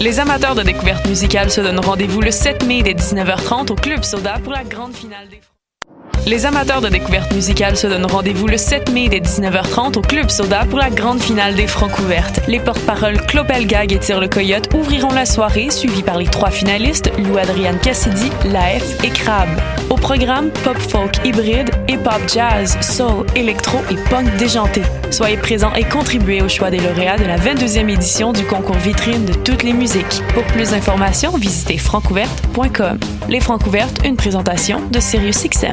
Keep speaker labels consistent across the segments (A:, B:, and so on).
A: Les amateurs de découverte musicale se donnent rendez-vous le 7 mai dès 19h30 au Club Soda pour la grande finale des les amateurs de découverte musicale se donnent rendez-vous le 7 mai dès 19h30 au Club Soda pour la grande finale des Francs ouvertes. Les porte-paroles Clopel Gag et Tire le Coyote ouvriront la soirée, suivis par les trois finalistes, Lou Adriane Cassidy, Laef et Crab. Au programme, pop-folk hybride, hip-hop jazz, soul, électro et punk déjanté. Soyez présents et contribuez au choix des lauréats de la 22e édition du concours vitrine de toutes les musiques. Pour plus d'informations, visitez francouverte.com. Les Francs ouvertes, une présentation de Sirius XM.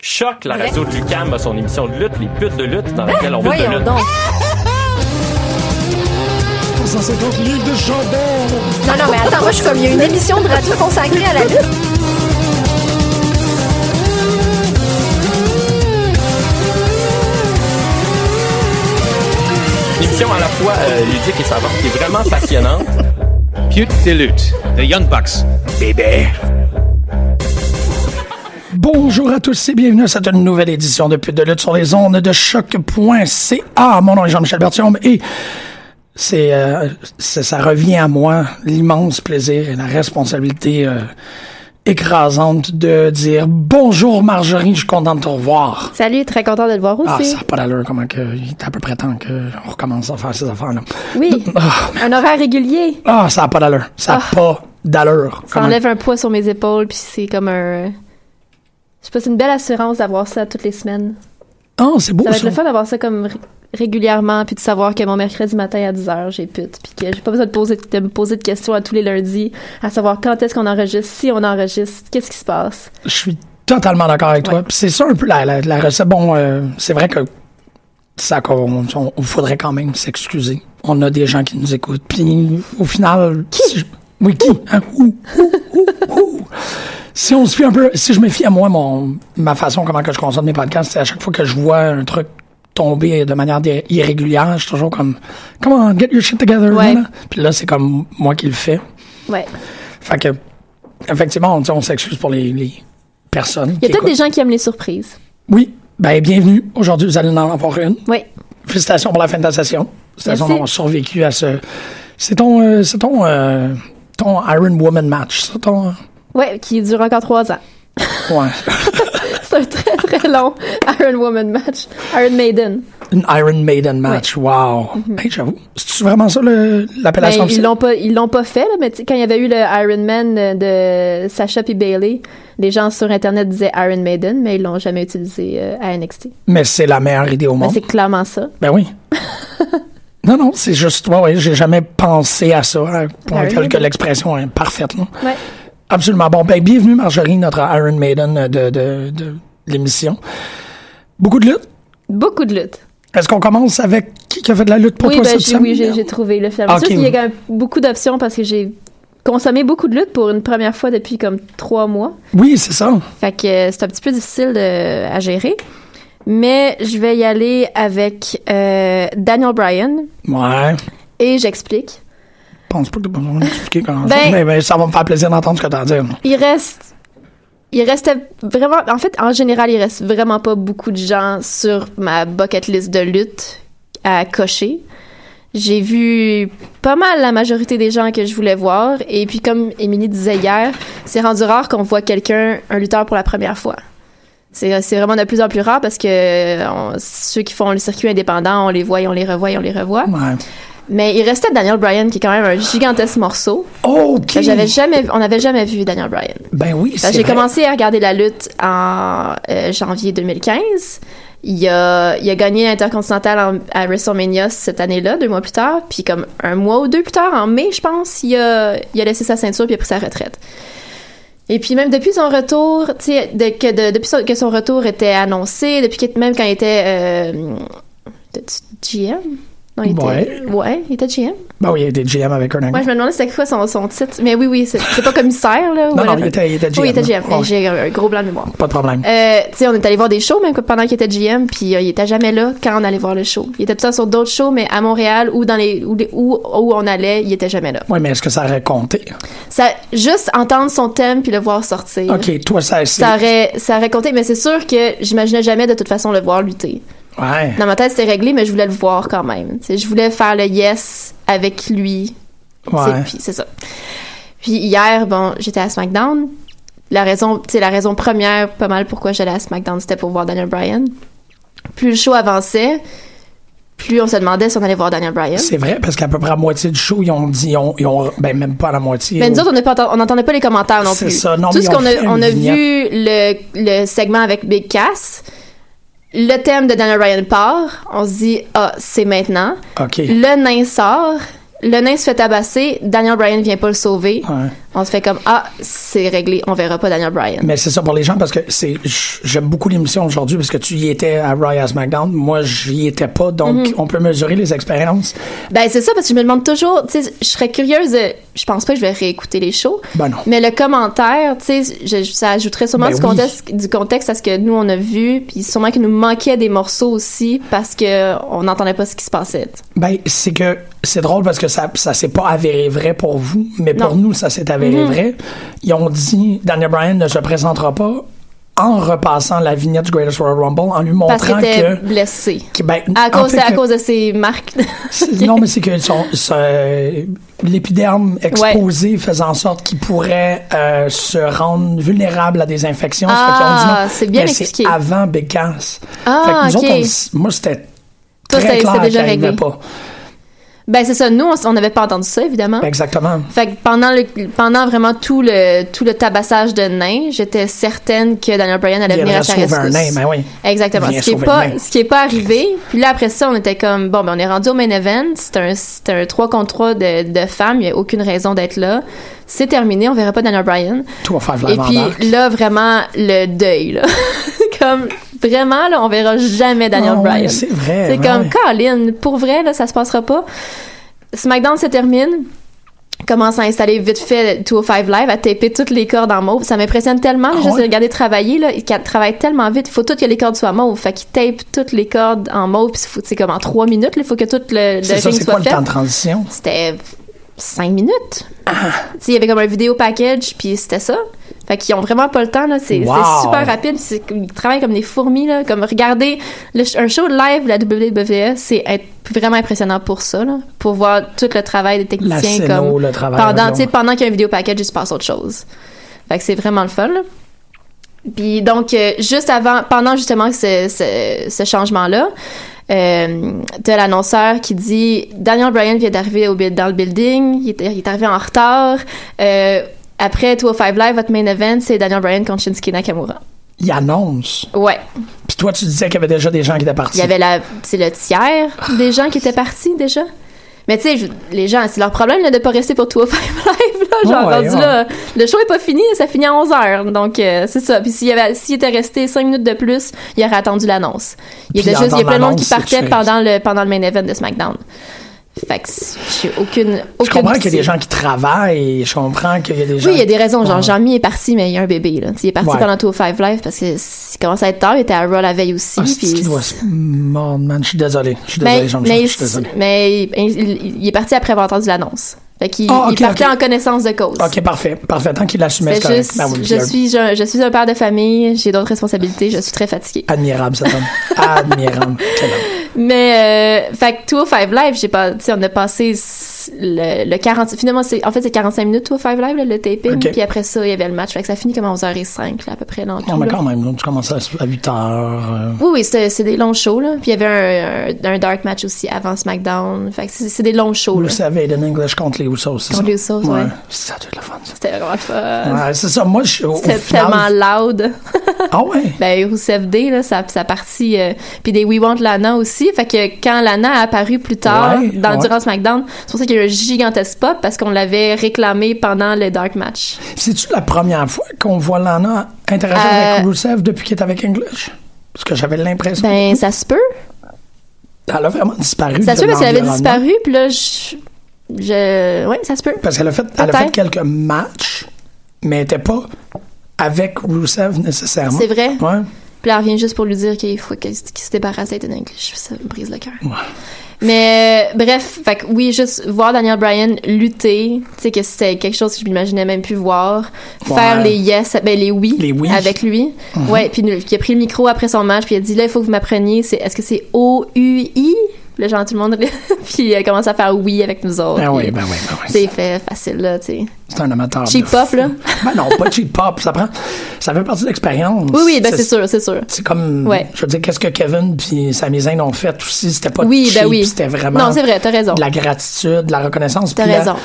B: Choc, la radio de Lucam a son émission de lutte, les putes de lutte, dans laquelle on va de lutte.
C: 150 000 de chandelles.
D: Non, non, mais attends, moi je suis comme, il y a une émission de radio consacrée à la lutte.
B: Une émission à la fois euh, ludique et savante, qui est vraiment passionnante.
E: Pute de lutte, The Young Bucks.
C: Bonjour à tous et bienvenue à cette nouvelle édition de Pute de lutte sur les ondes de choc.ca. Mon nom est Jean-Michel Bertium et c'est, euh, c'est- ça revient à moi l'immense plaisir et la responsabilité euh, écrasante de dire bonjour Marjorie, je suis content de te revoir.
D: Salut, très content de le voir
C: Ah,
D: aussi.
C: ça n'a pas d'allure comment que il est à peu près temps qu'on recommence à faire ces affaires là.
D: oui,
C: Ah,
D: un horaire régulier.
C: ah, ça n'a pas d'allure. Ça n'a pas d'allure.
D: Ça
C: Comment-
D: enlève un poids sur mes épaules, puis c'est comme un. Je sais pas, c'est une belle assurance d'avoir ça toutes les semaines.
C: Ah, c'est beau
D: Ça va être
C: ça.
D: le fun d'avoir ça comme ré- régulièrement, puis de savoir que mon mercredi matin à 10h, j'ai pute, puis que j'ai pas besoin de, poser, de me poser de questions à tous les lundis, à savoir quand est-ce qu'on enregistre, si on enregistre, qu'est-ce qui se passe.
C: Je suis totalement d'accord avec toi. Puis C'est ça un peu la, la, la recette. Bon, euh, c'est vrai que ça qu'on on- on faudrait quand même s'excuser. On a des gens qui nous écoutent. Puis au final, si je- oui qui hein? Ouh, ouh, ouh, ouh. Si on se fie un peu, si je me fie à moi, mon ma façon comment que je consomme mes podcasts, c'est à chaque fois que je vois un truc tomber de manière dé- irrégulière, je suis toujours comme come on, get your shit together.
D: Ouais.
C: nana. Puis là, c'est comme moi qui le fais.
D: Ouais.
C: Fait que, effectivement, on, on s'excuse pour les, les personnes. qui
D: Il y a peut-être
C: écoutent.
D: des gens qui aiment les surprises.
C: Oui, ben bienvenue. Aujourd'hui, vous allez en avoir une.
D: Oui.
C: Félicitations pour la fin de ta session. Félicitations
D: Merci.
C: d'avoir survécu à ce... C'est ton, euh, c'est ton, euh, ton Iron Woman match, ça, ton... euh,
D: Ouais, qui dure encore trois ans.
C: Ouais,
D: C'est un très très long Iron Woman match. Iron Maiden.
C: une Iron Maiden match, wow. Hey, j'avoue, c'est-tu vraiment ça le-
D: Mm-hmm. Ben,
C: l'appellation
D: ils l'ont pas, ils l'ont pas fait là, mais tu sais, quand il y avait eu le Iron Man de, de Sacha puis Bailey, les gens sur internet disaient Iron Maiden, mais ils l'ont jamais utilisé euh, à NXT.
C: Mais c'est la meilleure idée au
D: Ben,
C: monde.
D: c'est clairement ça.
C: Ben oui. non, non, c'est juste... Ouais, ouais, j'ai jamais pensé à ça, hein, pour
D: Iron
C: lequel que
D: Maiden.
C: l'expression est parfaite, là.
D: Ouais.
C: Absolument. Bon, ben, bienvenue, Marjorie, notre Iron Maiden euh, de, de, de l'émission. Beaucoup de lutte.
D: Beaucoup de lutte.
C: Est-ce qu'on commence avec qui qui a fait de la lutte pour
D: oui,
C: toi
D: ben,
C: cette
D: j'ai,
C: semaine?
D: oui, j'ai, j'ai trouvé le film.
C: Ah,
D: C'est sûr
C: ok.
D: qu'il y a quand même beaucoup d'options parce que j'ai consommé beaucoup de lutte pour une première fois depuis comme trois mois.
C: Oui, c'est ça.
D: Fait que euh, c'est un petit peu difficile de- à gérer. Mais je vais y aller avec euh, Daniel Bryan
C: Ouais.
D: et j'explique.
C: Je pense pas que t'as besoin d'expliquer quand
D: Ben-
C: mais, ben, ça va me faire plaisir d'entendre ce que t'as à dire.
D: Il reste. Il restait vraiment. En fait, en général, il reste vraiment pas beaucoup de gens sur ma bucket list de lutte à cocher. J'ai vu pas mal la majorité des gens que je voulais voir. Et puis, comme Émilie disait hier, c'est rendu rare qu'on voit quelqu'un, un lutteur, pour la première fois. C'est c'est vraiment de plus en plus rare parce que on- ceux qui font le circuit indépendant, on les voit et on les revoit et on les revoit.
C: Ouais.
D: Mais il restait Daniel Bryan, qui est quand même un gigantesque morceau.
C: OK.
D: Ben, J'avais jamais, on n'avait jamais vu Daniel Bryan.
C: Ben oui,
D: Parce
C: c'est
D: que J'ai
C: vrai.
D: commencé à regarder la lutte en euh, janvier 2015. Il a, il a gagné l'Intercontinental en- à WrestleMania cette année-là, deux mois plus tard. Puis comme un mois ou deux plus tard, en mai, je pense, il a, il a laissé sa ceinture puis il a pris sa retraite. Et puis même depuis son retour, tu sais, de- que de- depuis son- que son retour était annoncé, depuis qu'il- même quand il était euh, GM, non, il était,
C: Ouais.
D: ouais, il était GM.
C: Ben oui, il était GM avec un angle.
D: Ouais, je me demandais c'était quoi son, son titre. Mais oui, oui, c'est c'est pas commissaire, là. ou
C: non, non,
D: whatever.
C: il était, il était GM.
D: Oui, il était GM.
C: Ouais.
D: mais J'ai un gros blanc de mémoire.
C: Pas de problème.
D: Euh, tu sais, on est allé voir des shows même que pendant qu'il était GM, puis euh, il était jamais là quand on allait voir le show. Il était peut-être sur d'autres shows, mais à Montréal ou dans les où, les- où, où on allait, il était jamais là.
C: Oui, mais est-ce que ça aurait compté?
D: Ça, juste entendre son thème puis le voir sortir,
C: OK, toi, ça... c'est-
D: ça aurait ça aurait compté. Mais c'est sûr que j'imaginais jamais de toute façon le voir lutter.
C: Ouais.
D: Dans ma tête c'était réglé, mais je voulais le voir quand même. Tu sais, je voulais faire le yes avec lui
C: Ouais.
D: c'est- Puis c'est ça. Puis hier, bon, j'étais à SmackDown. La raison, tu sais, la raison première, pas mal, pourquoi j'allais à SmackDown, c'était pour voir Daniel Bryan. Plus le show avançait, plus on se demandait si on allait voir Daniel Bryan.
C: C'est vrai, parce qu'à peu près à moitié du show, ils ont dit... Ils ont, ils ont- ben, même pas à la moitié.
D: Mais nous autres, on n'a pas enten- on n'entendait pas les commentaires non
C: C'est
D: plus.
C: ça, non,
D: Tout
C: mais
D: ce
C: ils ont
D: qu'on a,
C: fait
D: on
C: une
D: a
C: vignette.
D: vu le, le segment avec Big Cass, le thème de Daniel Bryan part, on se dit, ah, c'est maintenant.
C: OK.
D: Le nain sort, le nain se fait tabasser, Daniel Bryan vient pas le sauver.
C: Ouais.
D: On se fait comme ah c'est réglé, on verra pas Daniel Bryan.
C: Mais c'est ça pour les gens parce que c'est j- j'aime beaucoup l'émission aujourd'hui parce que tu y étais à Raw et à SmackDown, moi j'y étais pas donc
D: Mm-hmm.
C: on peut mesurer les expériences.
D: Ben c'est ça parce que je me demande toujours, tu sais, je serais curieuse, de- je pense pas que je vais réécouter les shows.
C: Ben non.
D: Mais le commentaire, tu sais, je- ça ajouterait sûrement
C: Ben
D: du,
C: oui.
D: contexte, du contexte à ce que nous on a vu, puis sûrement qu'il nous manquait des morceaux aussi parce que on n'entendait pas ce qui se passait.
C: Ben c'est que c'est drôle parce que ça ça s'est pas avéré vrai pour vous, mais pour
D: Non. Mm-hmm.
C: nous ça s'est avéré vrai. Ils ont dit Daniel Bryan ne se présentera pas en repassant la vignette du Greatest Royal Rumble en lui
D: Parce qu'il
C: montrant
D: était
C: que,
D: blessé.
C: que- ben, en
D: À cause,
C: fait
D: à
C: que-
D: cause de ses marques.
C: c'est- Non, mais c'est que son, ce- l'épiderme exposé faisait en sorte qu'il pourrait euh, se rendre vulnérable à des infections. Ça fait qu'ils ont dit non.
D: Ah, c'est bien
C: Mais
D: expliqué.
C: C'est avant Big Cass.
D: Ah,
C: fait que nous
D: ok.
C: autres, on s- moi, c'était
D: Toi,
C: très
D: c'est-
C: clair
D: c'est déjà
C: qu'il arrivait
D: réglé.
C: pas.
D: Ben c'est ça, nous on s- on n'avait pas entendu ça évidemment.
C: Ben, Exactement.
D: Fait que pendant, le, pendant vraiment tout le, tout le tabassage de nains, j'étais certaine que Daniel Bryan allait
C: Il
D: venir à
C: aurait
D: sa
C: sauvé un
D: rescousse.
C: nain, ben oui.
D: Exactement.
C: Il vient
D: Ce qui, est
C: sauver
D: pas,
C: le nain.
D: ce qui est pas arrivé. Puis là, après ça, on était comme, bon, ben, on est rendu au main event. C'est un, c'est un 3 contre 3 de, de femmes. Il n'y a aucune raison d'être là. C'est terminé. On verra pas Daniel Bryan.
C: Toi, faire
D: Et puis là, vraiment, le deuil, là. comme, vraiment, là, on verra jamais Daniel
C: Ah ouais,
D: Bryan.
C: c'est vrai, ben
D: C'est
C: ouais.
D: comme, Colin, pour vrai, là, ça se passera pas. SmackDown se termine. Commence à installer vite fait 205 Live, à taper toutes les cordes en mauve. Ça m'impressionne tellement,
C: Ah
D: juste de
C: ouais?
D: regarder travailler, là. Ils travaillent tellement vite. Il faut toutes que les cordes soient mauves. Fait qu'ils tapent toutes les cordes en mauve, puis faut- c'est comme en trois minutes, il faut que tout le, le
C: C'est ça,
D: ring
C: c'est
D: soit
C: quoi le
D: fait.
C: temps de transition?
D: C'était cinq minutes. Tu sais, Il y avait comme un vidéo package, puis c'était ça. Fait qu'ils ont vraiment pas le temps, là. C'est
C: Wow.
D: c'est super rapide. c'est comme- Ils travaillent comme des fourmis, là. Comme regarder le- un show live de la WWE, c'est être vraiment impressionnant pour ça, là. Pour voir tout le travail des
C: La
D: techniciens.
C: scéno,
D: comme
C: le travail.
D: pendant,
C: long.
D: tu sais, pendant qu'il y a un vidéo package, il se passe autre chose. Fait que c'est vraiment le fun, là. Puis donc, euh, juste avant, pendant justement ce, ce, ce changement-là, euh, t'as l'annonceur qui dit Daniel Bryan vient d'arriver au, buil- dans le building, il est, il est arrivé en retard. Euh, après 205 Live, votre main event, c'est Daniel Bryan contre Shinsuke Nakamura.
C: Il annonce.
D: Ouais.
C: Puis toi, tu disais qu'il y avait déjà des gens qui étaient partis.
D: Il y avait la, c'est le tiers des gens qui étaient partis déjà. Mais tu sais, je- les gens, c'est leur problème là, de pas rester pour 205 Live. Là, genre,
C: Ouais,
D: rendu
C: ouais.
D: là, le show est pas fini, ça finit à 11h. Donc, euh, c'est ça. Puis s'il y avait- s'il était resté 5 minutes de plus, il aurait attendu l'annonce. Il y
C: Puis
D: était juste, il y a
C: entendre
D: plein de monde qui
C: l'annonce, c'est
D: partait
C: que-
D: pendant le, pendant le main event de SmackDown. Fait que c'est- j'ai aucune, aucune.
C: Je comprends qu'il y a
D: pitié.
C: des gens qui travaillent, je comprends qu'il y a des gens.
D: Oui, il y a des raisons. Genre,
C: Ouais.
D: Jean-Mi est parti, mais il y a un bébé. Là. Tu sais, Il est parti
C: Ouais.
D: pendant 205 Live parce que s- il commence à être tard. Il était à Raw la veille aussi.
C: Ah, c'est
D: puis
C: qui doit se- Mon man, je suis désolé. Je suis
D: mais,
C: désolé, Jean-Michel,
D: mais,
C: je suis désolé.
D: mais il, il- il est parti après avoir entendu l'annonce. Fait qu'il
C: Ah,
D: il
C: ok,
D: partait
C: ok.
D: en connaissance de cause.
C: Ok, parfait. Parfait. Tant qu'il l'assumait,
D: C'est
C: c'est correct.
D: juste,
C: Ben oui,
D: je,
C: il a-
D: suis, je, je suis un père de famille, j'ai d'autres responsabilités, je suis très fatiguée.
C: Admirable, cet homme. Admirable. Quel homme.
D: oh Mais, euh, fait que 205 Live, j'ai pas, tu sais, on a passé le, le 40 finalement c'est en fait c'est 45 minutes au Five Live là, le taping
C: Ok. Oh
D: puis après ça il y avait le match fait que ça finit comme à 11h05 là, à peu près dans
C: Non,
D: tout,
C: mais
D: là.
C: quand même, donc tu commences à, à 8 heures. euh,
D: Oui, oui, c'était- c'est des longs shows, là. Puis il y avait un, un- un dark match aussi avant SmackDown. Fait que c'est c'est des longs shows,
C: vous
D: là.
C: le savez, Eden English contre les Usos, c'est
D: Contre
C: ça?
D: les Usos, ouais.
C: Ça doit être le fun, ça.
D: C'était vraiment le fun.
C: Ouais, c'est ça, moi, je, au, au
D: C'était tellement
C: final...
D: loud.
C: Ah ouais?
D: ben, Rousseff D, là, sa, sa partie. euh, puis des We Want Lana aussi. Fait que quand Lana a apparu plus tard,
C: Ouais,
D: dans
C: ouais.
D: durant SmackDown, c'est pour ça qu'il y a eu un gigantesque pop parce qu'on l'avait réclamé pendant le dark match.
C: C'est-tu la première fois qu'on voit Lana interagir
D: Euh,
C: avec Rusev depuis qu'il est avec English? Parce que j'avais l'impression...
D: Ben, ça se peut.
C: Elle a vraiment disparu.
D: Ça se
C: de
D: peut parce qu'elle avait
C: l'environnement.
D: disparu. Puis là, je. je- Ouais, ça se peut.
C: Parce qu'elle a fait, elle a fait
D: Peut-être.
C: quelques matchs, mais elle n'était pas avec Rusev nécessairement.
D: C'est vrai.
C: Ouais.
D: Puis là, elle revient juste pour lui dire qu'il faut qu'il qu'il se débarrasse d'Aiden English. Ça me brise le cœur.
C: Ouais.
D: Mais euh, bref, fait que oui, juste voir Daniel Bryan lutter, tu sais que c'était quelque chose que je m'imaginais même plus voir.
C: Ouais.
D: Faire les yes, ben les oui,
C: Les oui. Mhm.
D: avec lui. Ouais, puis nous- qui a pris le micro après son match, puis il a dit là, il faut que vous m'appreniez, c'est est-ce que c'est O U I Puis là, genre tout le monde puis il a commencé à faire oui avec nous autres.
C: Ben oui,
D: puis
C: ben oui, ben oui.
D: C'est fait facile là, tu sais.
C: C'est un amateur.
D: Cheap
C: de
D: pop,
C: fou.
D: là.
C: Ben non, pas cheap pop. Ça prend. Ça fait partie de l'expérience.
D: Oui oui, ben c'est sûr, c'est sûr.
C: C'est comme.
D: Ouais.
C: Je veux dire, qu'est-ce que Kevin puis Sami Zayn ont fait aussi? C'était pas
D: Oui,
C: cheap.
D: ben oui.
C: C'était vraiment.
D: Non, c'est vrai, t'as raison.
C: De la gratitude, de la reconnaissance.
D: T'as
C: puis la-
D: raison.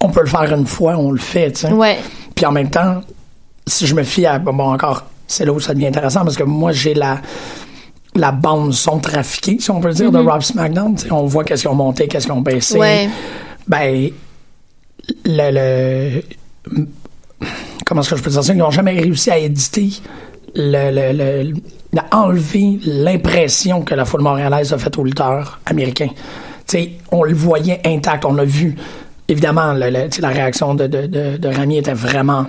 C: on peut le faire une fois, on le fait, tu sais.
D: Ouais.
C: Puis en même temps, si je me fie à. Bon, encore, c'est là où ça devient intéressant parce que moi, j'ai la la bande son trafiquée, si on peut dire, de Rob SmackDown. Tu sais, on voit qu'est-ce qu'ils ont monté, qu'est-ce qu'ils ont baissé.
D: Ouais.
C: Ben, le, le- Comment est-ce que je peux dire ça? Ils n'ont jamais réussi à éditer, le, le- le- le- à enlever l'impression que la foule montréalaise a faite aux lutteurs américains. Tu sais, on le voyait intact, on l'a vu. Évidemment, le- le- tu sais, la réaction de, de, de- de Rami était vraiment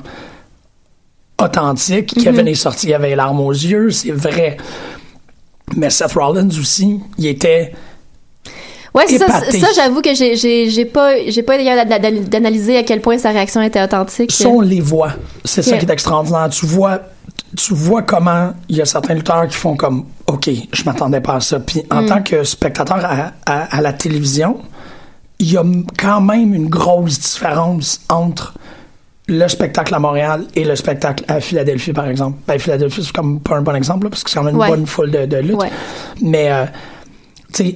C: authentique. Kevin est sorti, il avait les larmes aux yeux, c'est vrai. Mais Seth Rollins aussi, il était.
D: Ouais, c'est ça,
C: épaté.
D: ça j'avoue que j'ai- j'ai j'ai pas j'ai pas été capable d'a- d'a- d'analyser à quel point sa réaction était authentique.
C: Sont les voix. C'est ça
D: Yeah.
C: qui est extraordinaire. Tu vois, tu vois comment il y a certains lutteurs qui font comme OK, je m'attendais pas à ça. Puis
D: Mm.
C: en tant que spectateur à, à- à la télévision, il y a m- quand même une grosse différence entre le spectacle à Montréal et le spectacle à Philadelphie, par exemple. Ben, Philadelphie, c'est comme pas un bon exemple, là, parce que c'est quand même une
D: Ouais.
C: bonne foule de, de lutte.
D: Ouais.
C: Mais, euh, tu sais,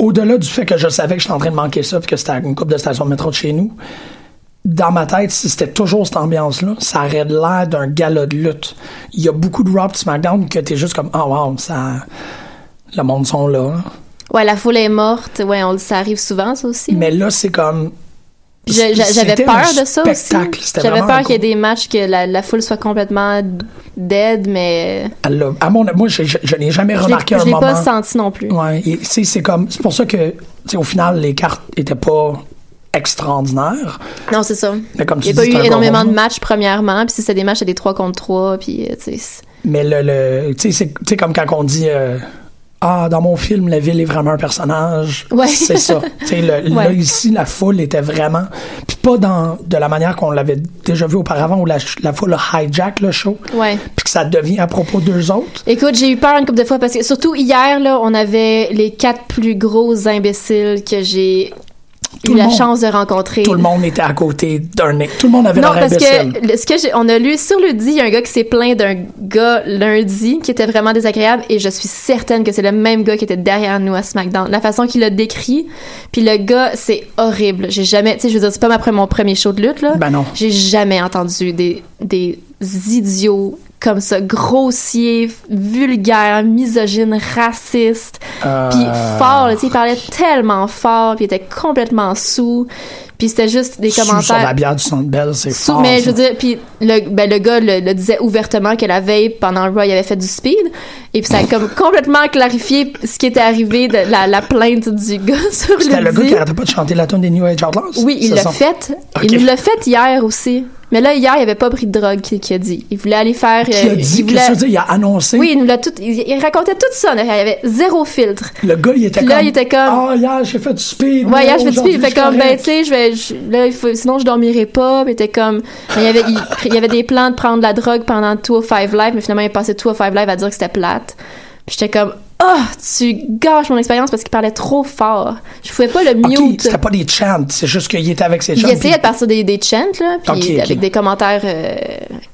C: au-delà du fait que je savais que j'étais en train de manquer ça, puis que c'était à une coupe de station de métro de chez nous, dans ma tête, si c'était toujours cette ambiance-là, ça aurait l'air d'un gala de lutte. Il y a beaucoup de rap de SmackDown que t'es juste comme, oh wow, ça. Le monde sont là.
D: Mm.
C: hein.
D: Ouais, la foule est morte. Ouais, on, ça arrive souvent, ça aussi.
C: Mais là, c'est comme.
D: Puis je- j'a- J'avais
C: c'était
D: peur
C: un
D: de ça aussi.
C: spectacle. C'était
D: J'avais
C: vraiment
D: peur
C: un
D: qu'il y ait des matchs que la, la foule soit complètement dead, mais
C: Elle l'a- à mon, moi, je, je- je n'ai jamais
D: je l'ai-
C: remarqué
D: je
C: un
D: l'ai
C: moment.
D: pas senti non plus.
C: Ouais, et, tu sais, c'est comme, c'est pour ça que, tu sais, au final, les cartes étaient pas extraordinaires.
D: Non, c'est ça.
C: Mais comme tu
D: Il n'y a pas
C: dis, c'est un
D: eu
C: bon
D: énormément de
C: moment.
D: matchs, premièrement. Puis si c'était des matchs, c'était des 3 contre 3. Puis, euh, tu sais. c'est-
C: Mais le, le tu sais, c'est- tu sais, comme quand on dit, euh, ah, dans mon film, la ville est vraiment un personnage.
D: Ouais.
C: C'est ça. Tu sais, le-
D: Ouais.
C: là, ici, la foule était vraiment, puis pas dans, de la manière qu'on l'avait déjà vu auparavant, où la, ch- la foule hijack le show.
D: Ouais.
C: Puis que ça devient à propos d'eux autres.
D: Écoute, j'ai eu peur une couple de fois parce que surtout hier là, on avait les quatre plus gros imbéciles que j'ai
C: Tout
D: eu
C: le
D: la
C: monde.
D: tout de rencontrer.
C: Tout le monde était à côté d'un nez. Tout le monde avait
D: Non,
C: leur
D: parce
C: imbécile.
D: que le- ce que j'ai- on a lu sur le dit, il y a un gars qui s'est plaint d'un gars lundi qui était vraiment désagréable et je suis certaine que c'est le même gars qui était derrière nous à SmackDown. La façon qu'il l'a décrit, puis le gars, c'est horrible. J'ai jamais, tu sais, je veux dire, c'est pas après mon premier show de lutte là.
C: Ben non.
D: J'ai jamais entendu des des idiots comme ça, grossiers, vulgaires, misogynes, racistes,
C: Euh,
D: puis fort. là, tu sais, il parlait tellement fort, puis il était complètement sous. Puis c'était juste des
C: Sous- Sur
D: commentaires
C: la bière du Centre Bell, c'est
D: Sous-
C: fort.
D: mais
C: ça.
D: je veux dire, puis le, ben, le gars le, le disait ouvertement que la veille, pendant le Raw, il avait fait du speed. Et puis ça a comme complètement clarifié ce qui était arrivé de la, la plainte du gars sur le
C: C'était le gars
D: dit.
C: qui arrêtait pas de chanter la tune des New Age Outlaws.
D: Oui, il
C: c'est
D: l'a
C: ça?
D: fait.
C: Ok.
D: Il l'a fait hier aussi. Mais là, hier, il avait pas pris de drogue, qui, qui a dit. Il voulait aller faire...
C: Qui
D: euh,
C: a dit,
D: il voulait-
C: qu'est-ce que ça veut dire? Il a annoncé.
D: Oui, il, nous l'a tout, il, il racontait tout ça. Il y avait zéro filtre.
C: Le gars, il était
D: Puis
C: comme.
D: là, il était comme-
C: Ah, hier, j'ai fait du speed.
D: Ouais,
C: mais
D: hier, je fais du speed. Il
C: aujourd'hui,
D: fait comme,
C: je suis
D: ben, tu sais, je vais, je- là, il faut, sinon, je dormirai pas. Mais t'es comme, mais il y avait, il, il y avait des plans de prendre de la drogue pendant tout au Five Live, mais finalement, il passait tout au Five Live à dire que c'était plate. Puis j'étais comme, oh, tu gâches mon expérience parce qu'il parlait trop fort. Je pouvais pas le
C: Ok,
D: mute.
C: c'était pas des chants, c'est juste qu'il était avec ses chants.
D: il essayait de
C: puis-
D: partir des, des chants, là, puis
C: Ok, ok.
D: avec des commentaires euh,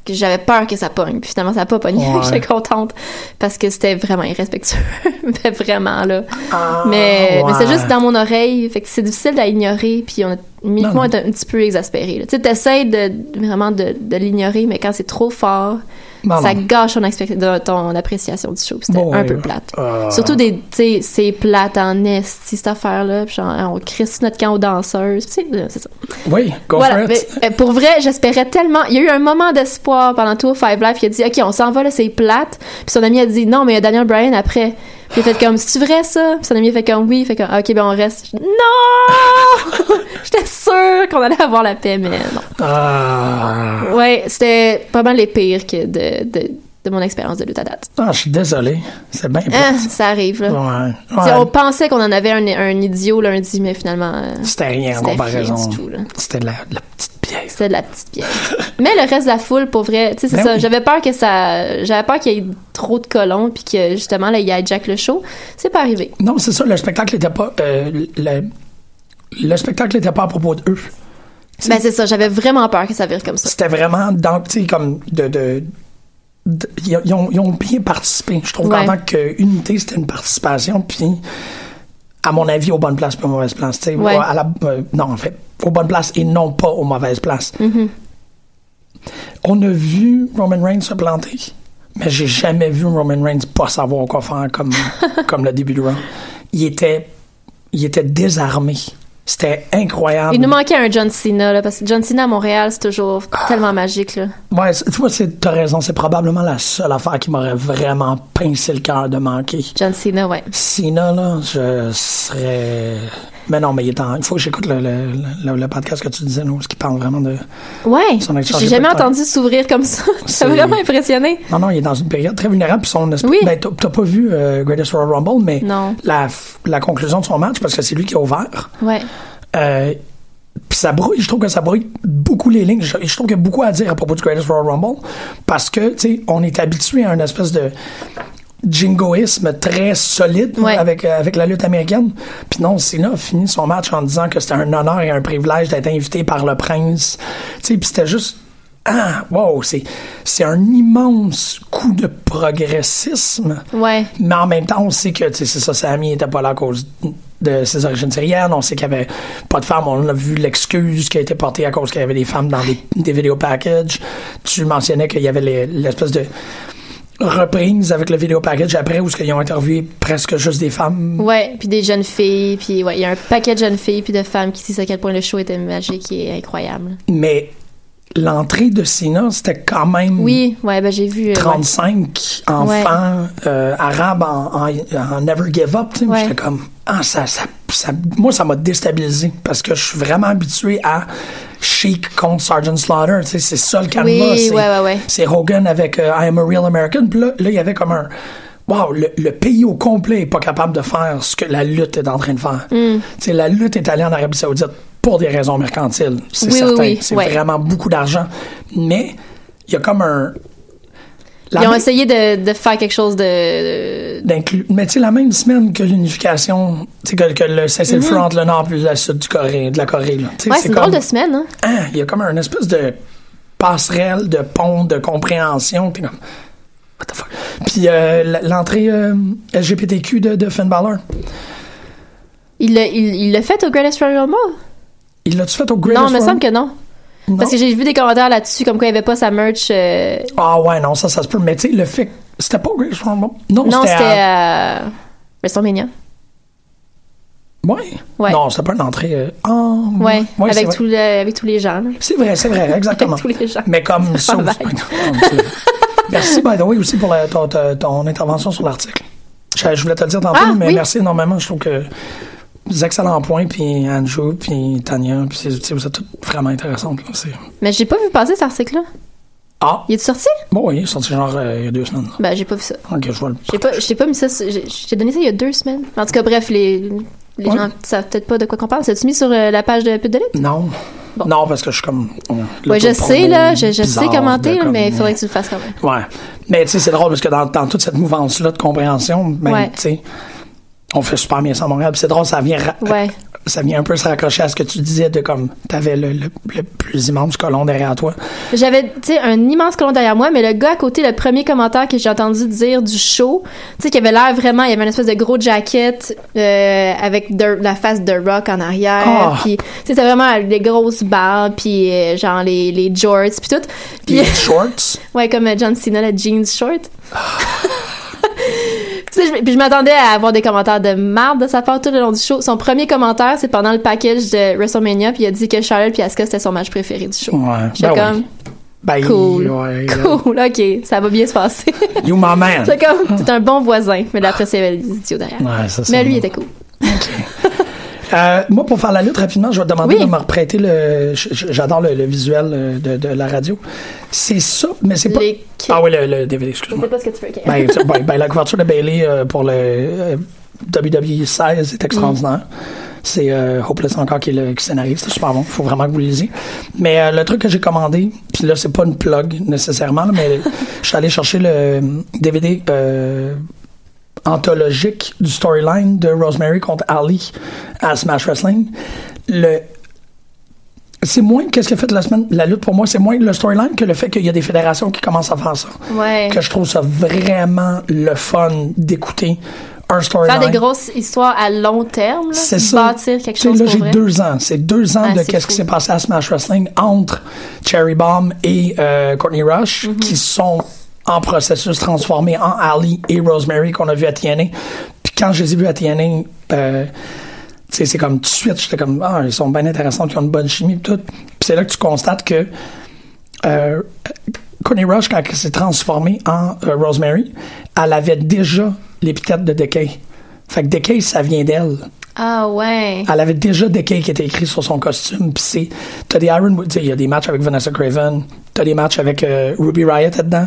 D: que j'avais peur que ça pogne. Puis finalement, ça a pas pogné.
C: Ouais.
D: J'étais contente parce que c'était vraiment irrespectueux. mais vraiment, là.
C: Ah,
D: Mais, mais c'est
C: ouais.
D: juste dans mon oreille. Fait que c'est difficile à ignorer. Puis on a, Miko
C: non.
D: est un petit peu exaspéré. là. Tu sais, t'essayes de, vraiment de, de l'ignorer, mais quand c'est trop fort,
C: Non,
D: ça
C: non.
D: gâche ton, expect- de- ton appréciation du show. puis C'était
C: Bon,
D: un
C: ouais,
D: peu
C: ouais.
D: plate.
C: Ah.
D: Surtout des, tu sais, c'est plate en esti, cette affaire-là. Puis genre, on crisse notre camp aux danseuses. Puis tu sais, c'est ça.
C: Oui, go
D: Voilà,
C: for
D: mais,
C: it.
D: euh, pour vrai, j'espérais tellement. Il y a eu un moment d'espoir pendant tout Five Live qui a dit Ok, on s'en va, là, c'est plate. Puis son ami a dit Non, mais il y a Daniel Bryan après. Puis il a fait comme C'est vrai ça Puis son ami a fait comme Oui. Il fait comme Ah, Ok, ben on reste. Je- Non J'étais sûre qu'on allait avoir la paix, mais non.
C: Ah,
D: Ouais, c'était pas mal les pires que de, de, de mon expérience de lutte à date.
C: Ah, je suis désolé. C'est bien
D: Ah,
C: plate.
D: ça arrive, là.
C: Ouais.
D: Tu
C: Ouais.
D: sais, On pensait qu'on en avait un, un idiot lundi, mais finalement. euh,
C: C'était rien en
D: c'était rien
C: comparaison.
D: du tout, là.
C: C'était de la, de la petite pièce.
D: C'est de la petite pièce. Mais le reste de la foule, pour vrai, tu sais, c'est
C: Ben
D: ça.
C: oui.
D: J'avais peur que ça. J'avais peur qu'il y ait trop de colons, puis que justement, là, il hijack le show. C'est pas arrivé.
C: Non, c'est ça, le spectacle n'était pas. euh, le, le spectacle n'était pas à propos d'eux.
D: Ben, c'est ça. J'avais vraiment peur que ça vire comme ça.
C: C'était vraiment dans, tu sais, comme de. de- de- ils, ils ont, ils ont bien participé. Je trouve
D: Ouais.
C: qu'en tant qu'unité, c'était une participation, puis à mon avis, aux bonnes places puis aux mauvaises places. tu sais.
D: Ouais.
C: À la- euh, non, en fait, aux bonnes places et non pas aux mauvaises places.
D: Mm-hmm.
C: On a vu Roman Reigns se planter, mais j'ai jamais vu Roman Reigns pas savoir quoi faire comme, comme le début du round. Il était, il était désarmé. C'était incroyable.
D: Il nous manquait un John Cena, là, parce que John Cena à Montréal, c'est toujours
C: Ah.
D: tellement magique, là.
C: Ouais, c'est- tu vois, c'est- t'as raison. C'est probablement la seule affaire qui m'aurait vraiment pincé le cœur de manquer.
D: John Cena, ouais.
C: Sinon, là, je serais. Mais non, mais il est en. Il faut que j'écoute le, le, le- le podcast que tu disais, nous, ce qui parle vraiment de.
D: Ouais.
C: Son action,
D: J'ai
C: j'ai
D: jamais
C: pas le temps.
D: entendu s'ouvrir comme ça.
C: C'est-
D: J'étais vraiment impressionnée.
C: Non, non, il est dans une période très vulnérable. Puis son espèce-
D: Oui.
C: Ben, t'as t'as pas vu euh, Greatest Royal Rumble, mais
D: Non.
C: La, f- la conclusion de son match, parce que c'est lui qui a ouvert.
D: Ouais.
C: Euh, puis ça brouille, je trouve que ça brouille beaucoup les lignes. Je, je trouve qu'il y a beaucoup à dire à propos du Greatest Royal Rumble parce que, tu sais, on est habitué à une espèce de jingoïsme très solide
D: Ouais.
C: avec, euh, avec la lutte américaine. Puis non, Cena a fini son match en disant que c'était un honneur et un privilège d'être invité par le prince. Tu sais, puis c'était juste. Ah, wow, c'est c'est un immense coup de progressisme.
D: Ouais.
C: Mais en même temps, on sait que, tu sais, c'est ça, Samy était pas là à cause de ses origines syriennes. On sait qu'il y avait pas de femmes. On a vu l'excuse qui a été portée à cause qu'il y avait des femmes dans des, des vidéo packages. Tu mentionnais qu'il y avait les- l'espèce de reprise avec le vidéo package après où ce qu'ils ont interviewé presque juste des femmes.
D: Ouais, puis des jeunes filles, puis ouais, il y a un paquet de jeunes filles puis de femmes qui disent à quel point le show était magique et incroyable.
C: Mais l'entrée de Sina, c'était quand même
D: Oui, ouais, ben j'ai vu. euh, ouais.
C: 35 enfants euh, arabes en, en- en Never Give Up. tu sais.
D: Ouais.
C: J'étais comme, ah, ça, ça, ça- moi, ça m'a déstabilisé parce que je suis vraiment habitué à Chic contre Sgt. Slaughter. tu sais, C'est ça le canevas.
D: Oui,
C: c'est-
D: ouais, ouais, ouais.
C: C'est Hogan avec euh, I Am a Real American. Puis là, là, il y avait comme un. Wow, le, le pays au complet est pas capable de faire ce que la lutte est en train de faire.
D: Mm.
C: Tu sais, La lutte est allée en Arabie Saoudite pour des raisons mercantiles. C'est
D: Oui, oui,
C: certain.
D: oui,
C: C'est
D: ouais.
C: vraiment beaucoup d'argent. Mais il y a comme un. la
D: Ils ont
C: même-
D: essayé de, de faire quelque chose de.
C: d'inclure. Mais tu sais, la même semaine que l'unification, tu sais, que, que le cessez-le-feu entre le nord et le sud du Corée, de la Corée, là. Tu sais,
D: Mm-hmm. Ouais, c'est une
C: comme,
D: drôle de semaine, hein?
C: Hein, il y a comme une espèce de passerelle, de pont, de compréhension. T'es comme, what the fuck? Puis euh, l- l'entrée euh, LGBTQ de, de Finn Balor,
D: Il l'a il, il l'a fait au Greatest Royal Rumble?
C: il l'a-tu fait au Greatest
D: Non, il me
C: Royal-
D: semble que non.
C: Non?
D: Parce que j'ai vu des commentaires là-dessus comme quoi il n'y avait pas sa merch. euh,
C: Ah ouais, non, ça, ça se peut. Mais tu sais, le fait... que- C'était pas au Greatest Royal Rumble. Non,
D: Non, c'était
C: Oh,
D: euh,
C: à- Mhm.
D: à. WrestleMania.
C: Ouais.
D: Ouais.
C: Non, c'était pas une entrée... euh, Ah,
D: Ouais,
C: ouais, c'est
D: avec,
C: vrai.
D: tout le- avec tous les gens. là.
C: C'est vrai, c'est vrai, exactement.
D: tous les gens.
C: Mais comme ça.
D: Bye
C: aussi- Ah,
D: bye.
C: merci, by the way, aussi pour la- ton, ton- ton intervention sur l'article. Je, je voulais te le dire tantôt,
D: Ah,
C: mais
D: oui.
C: merci énormément. Je trouve que des excellents points, puis Andrew, puis Tania, puis c'est- tu sais, vous êtes toutes vraiment intéressantes. là, c'est-
D: Mais j'ai pas vu passer cet article-là.
C: Ah,
D: Il est sorti?
C: bon, oui, sorti genre euh, il y a deux semaines. là.
D: Ben, j'ai pas vu ça.
C: Ok, je vois le.
D: J'ai pas, j'ai pas mis ça. sur- J'ai j'ai donné ça il y a deux semaines. En tout cas, bref, les, les
C: Ouais.
D: gens savent peut-être pas de quoi qu'on parle. L'as-tu mis sur euh, la page de Pute de Lutte?
C: Non.
D: Bon.
C: Non, parce que je suis comme. euh,
D: Ouais, je sais, là, je, je sais commenter, là, mais il faudrait que tu le fasses quand même.
C: Ouais. Mais tu sais, c'est drôle parce que dans, dans toute cette mouvance-là de compréhension, ben,
D: Ouais.
C: tu sais, on fait super bien ça à Montréal. Puis c'est drôle, ça vient, ra-
D: Ouais.
C: ça vient un peu se raccrocher à ce que tu disais de comme t'avais le, le, le plus immense colon derrière toi.
D: J'avais, tu sais, un immense colon derrière moi, mais le gars à côté, le premier commentaire que j'ai entendu dire du show, tu sais, qui avait l'air vraiment, il y avait une espèce de gros jacket euh, avec de, la face de Rock en arrière,
C: Ah.
D: puis, tu sais, c'était vraiment les grosses barbes, puis euh, genre les, les jorts, puis tout. Puis,
C: Les shorts.
D: ouais, comme euh, John Cena, la jeans short. Tu sais, je- Puis je m'attendais à avoir des commentaires de marde de sa part tout le long du show. Son premier commentaire, c'est pendant le package de WrestleMania, puis il a dit que Charlotte puis Asuka, c'était son match préféré du show.
C: Ouais.
D: J'étais
C: Ben
D: comme,
C: oui. Ben,
D: Cool.
C: ouais, euh,
D: Cool, ok, ça va bien se passer.
C: You my man.
D: c'est comme, t'es un bon voisin, mais là, après, c'est les idiots derrière.
C: Ouais, ça, c'est
D: mais lui, il
C: bon.
D: était cool.
C: Euh, moi, pour faire la lutte rapidement, je vais te demander
D: Oui.
C: de me reprêter le. j- j- J'adore le, le visuel euh, de, de la radio. C'est ça, mais c'est pas.
D: Les-
C: Ah oui, le, le DVD,
D: Je
C: excuse-moi.
D: sais pas ce que tu veux, ok.
C: ben, tu- ben, ben, la couverture de Bailey pour le euh, WWE 16 est extraordinaire. C'est euh, Hopeless encore qui, est le- qui scénarise, c'est super bon. Faut vraiment que vous le lisiez. Mais euh, le truc que j'ai commandé, puis là c'est pas une plug nécessairement, là, mais je suis allé chercher le DVD euh, anthologique du storyline de Rosemary contre Ali à Smash Wrestling. Le c'est moins qu'est-ce que fait la semaine la lutte pour moi, c'est moins le storyline que le fait qu'il y a des fédérations qui commencent à faire ça
D: Ouais.
C: que je trouve ça vraiment le fun d'écouter un
D: Faire
C: storyline.
D: des grosses histoires à long terme, là,
C: C'est ça.
D: bâtir quelque
C: Tu sais,
D: chose
C: là,
D: pour
C: j'ai
D: vrai.
C: deux ans. C'est deux ans
D: Ah,
C: de
D: c'est
C: qu'est-ce qui
D: fou.
C: s'est passé à Smash Wrestling entre Cherry Bomb et euh, Courtney Rush,
D: Mhm.
C: qui sont en processus transformés en Ali et Rosemary qu'on a vu à TNA. Puis quand je les ai vus à TNA, euh, tu sais, c'est comme tout de suite, j'étais comme, ah, ils sont bien intéressants, ils ont une bonne chimie, pis tout. Puis c'est là que tu constates que euh, Connie Rush, quand elle s'est transformée en euh, Rosemary, elle avait déjà l'épithète de Decay. Fait que Decay, ça vient d'elle.
D: Ah ouais.
C: Elle avait déjà Decay qui était écrit sur son costume. Puis c'est. T'as des Iron. Tu sais, il y a des matchs avec Vanessa Craven. T'as des matchs avec euh, Ruby Riot là-dedans.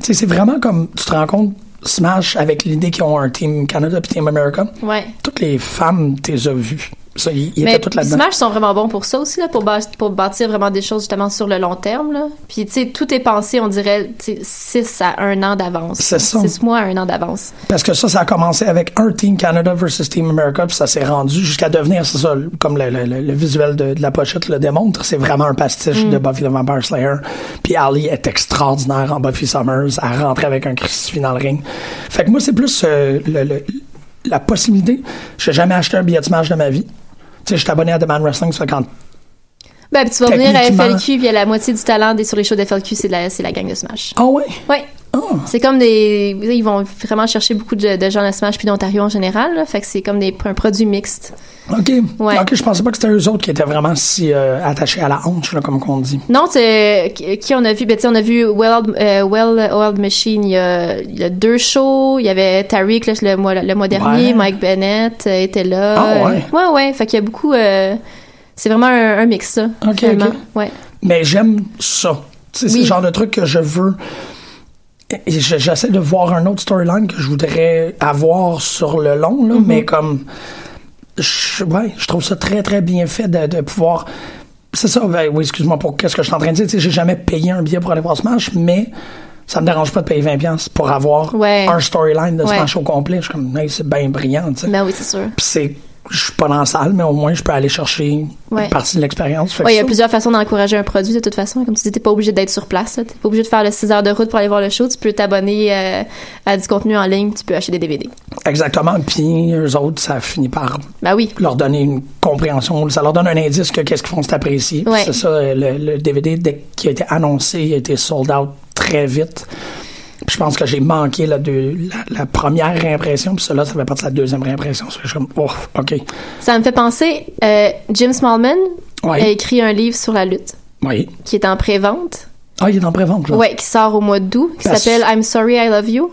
C: Tu sais, c'est vraiment comme. Tu te rends compte, Smash, avec l'idée qu'ils ont un Team Canada puis Team America.
D: Ouais.
C: Toutes les femmes, t'es as vues. Ça, ils ils
D: Mais
C: étaient toutes là-dedans.
D: Smash sont vraiment bons pour ça aussi, là, pour, bâ- pour bâtir vraiment des choses justement sur le long terme. Là. Puis, tu sais, tout est pensé, on dirait, 6 à 1 an d'avance.
C: C'est ça.
D: 6 mois à 1 an d'avance.
C: Parce que ça, ça a commencé avec un Team Canada versus Team America, puis ça s'est rendu jusqu'à devenir, c'est ça, comme le, le- le- le visuel de, de la pochette le démontre, c'est vraiment un pastiche de Buffy the Vampire Slayer. Puis Ali est extraordinaire en Buffy Summers, à rentrer avec un crucifix dans le ring. Fait que moi, c'est plus euh, le- le- la possibilité. J'ai jamais acheté un billet de match de ma vie. Tu sais, je suis abonné à The Man Wrestling, ça fait quand
D: Ben, puis tu vas venir à
C: Techniquement-
D: FLQ, puis la moitié du talent des, sur les shows de FLQ, c'est de la, c'est la gang de Smash.
C: Ah ouais?
D: Ouais. C'est comme des. Ils vont vraiment chercher beaucoup de, de gens de Smash puis d'Ontario en général. là. Fait que c'est comme des, un produit mixte.
C: OK.
D: Ouais.
C: OK, je pensais pas que c'était eux autres qui étaient vraiment si euh, attachés à la hanche, là, comme qu'on dit.
D: Non, tu- euh, qui qui on a vu? Ben, tu sais, on a vu Well, euh, well Oiled Machine il y, a, il y a deux shows. Il y avait Tariq là, le, mois, le mois dernier.
C: Ouais.
D: Mike Bennett euh, était là.
C: Ah ouais?
D: Euh, ouais, ouais. Fait qu'il y a beaucoup. euh, c'est vraiment un, un mix, ça.
C: Ok,
D: finalement.
C: ok.
D: Ouais.
C: mais j'aime ça. Tu sais, C'est
D: Oui.
C: le genre de truc que je veux. et- et je- J'essaie de voir un autre storyline que je voudrais avoir sur le long,
D: Mm-hmm.
C: là, mais comme. Je, ouais, je trouve ça très, très bien fait de, de pouvoir. C'est ça, ben oui, excuse-moi pour qu'est-ce que je suis en train de dire. Tu sais, J'ai jamais payé un billet pour aller voir Smash, mais ça me dérange pas de payer 20$ pour avoir
D: Ouais.
C: un storyline de
D: Ouais.
C: Smash au complet. Je suis comme, Hey, c'est bien brillant, tu sais.
D: Ben oui, c'est sûr.
C: Puis c'est. Je suis pas dans la salle, mais au moins je peux aller chercher
D: Ouais.
C: une partie de l'expérience. Fait que
D: Ouais, il y a
C: ça,
D: plusieurs façons d'encourager un produit de toute façon. Comme tu dis, t'es pas obligé d'être sur place. là. T'es pas obligé de faire le 6 heures de route pour aller voir le show. Tu peux t'abonner euh, à du contenu en ligne. Tu peux acheter des DVD.
C: Exactement. Puis eux autres, ça finit par
D: Ben oui.
C: leur donner une compréhension. Ça leur donne un indice que qu'est-ce qu'ils font, c'est apprécié. Puis
D: Ouais.
C: C'est ça, euh, le, le DVD dès qui a été annoncé, il a été sold out très vite. Puis je pense que j'ai manqué la, deux- la, la première réimpression, puis cela, ça fait partie de la deuxième réimpression. Ça fait que Je suis comme, oh, OK.
D: Ça me fait penser, euh, Jim Smallman
C: Ouais.
D: a écrit un livre sur la lutte
C: Oui.
D: qui est en pré-vente.
C: Ah, il est en pré-vente, là.
D: Ouais, qui sort au mois d'août, qui
C: Parce-
D: s'appelle I'm Sorry I Love You.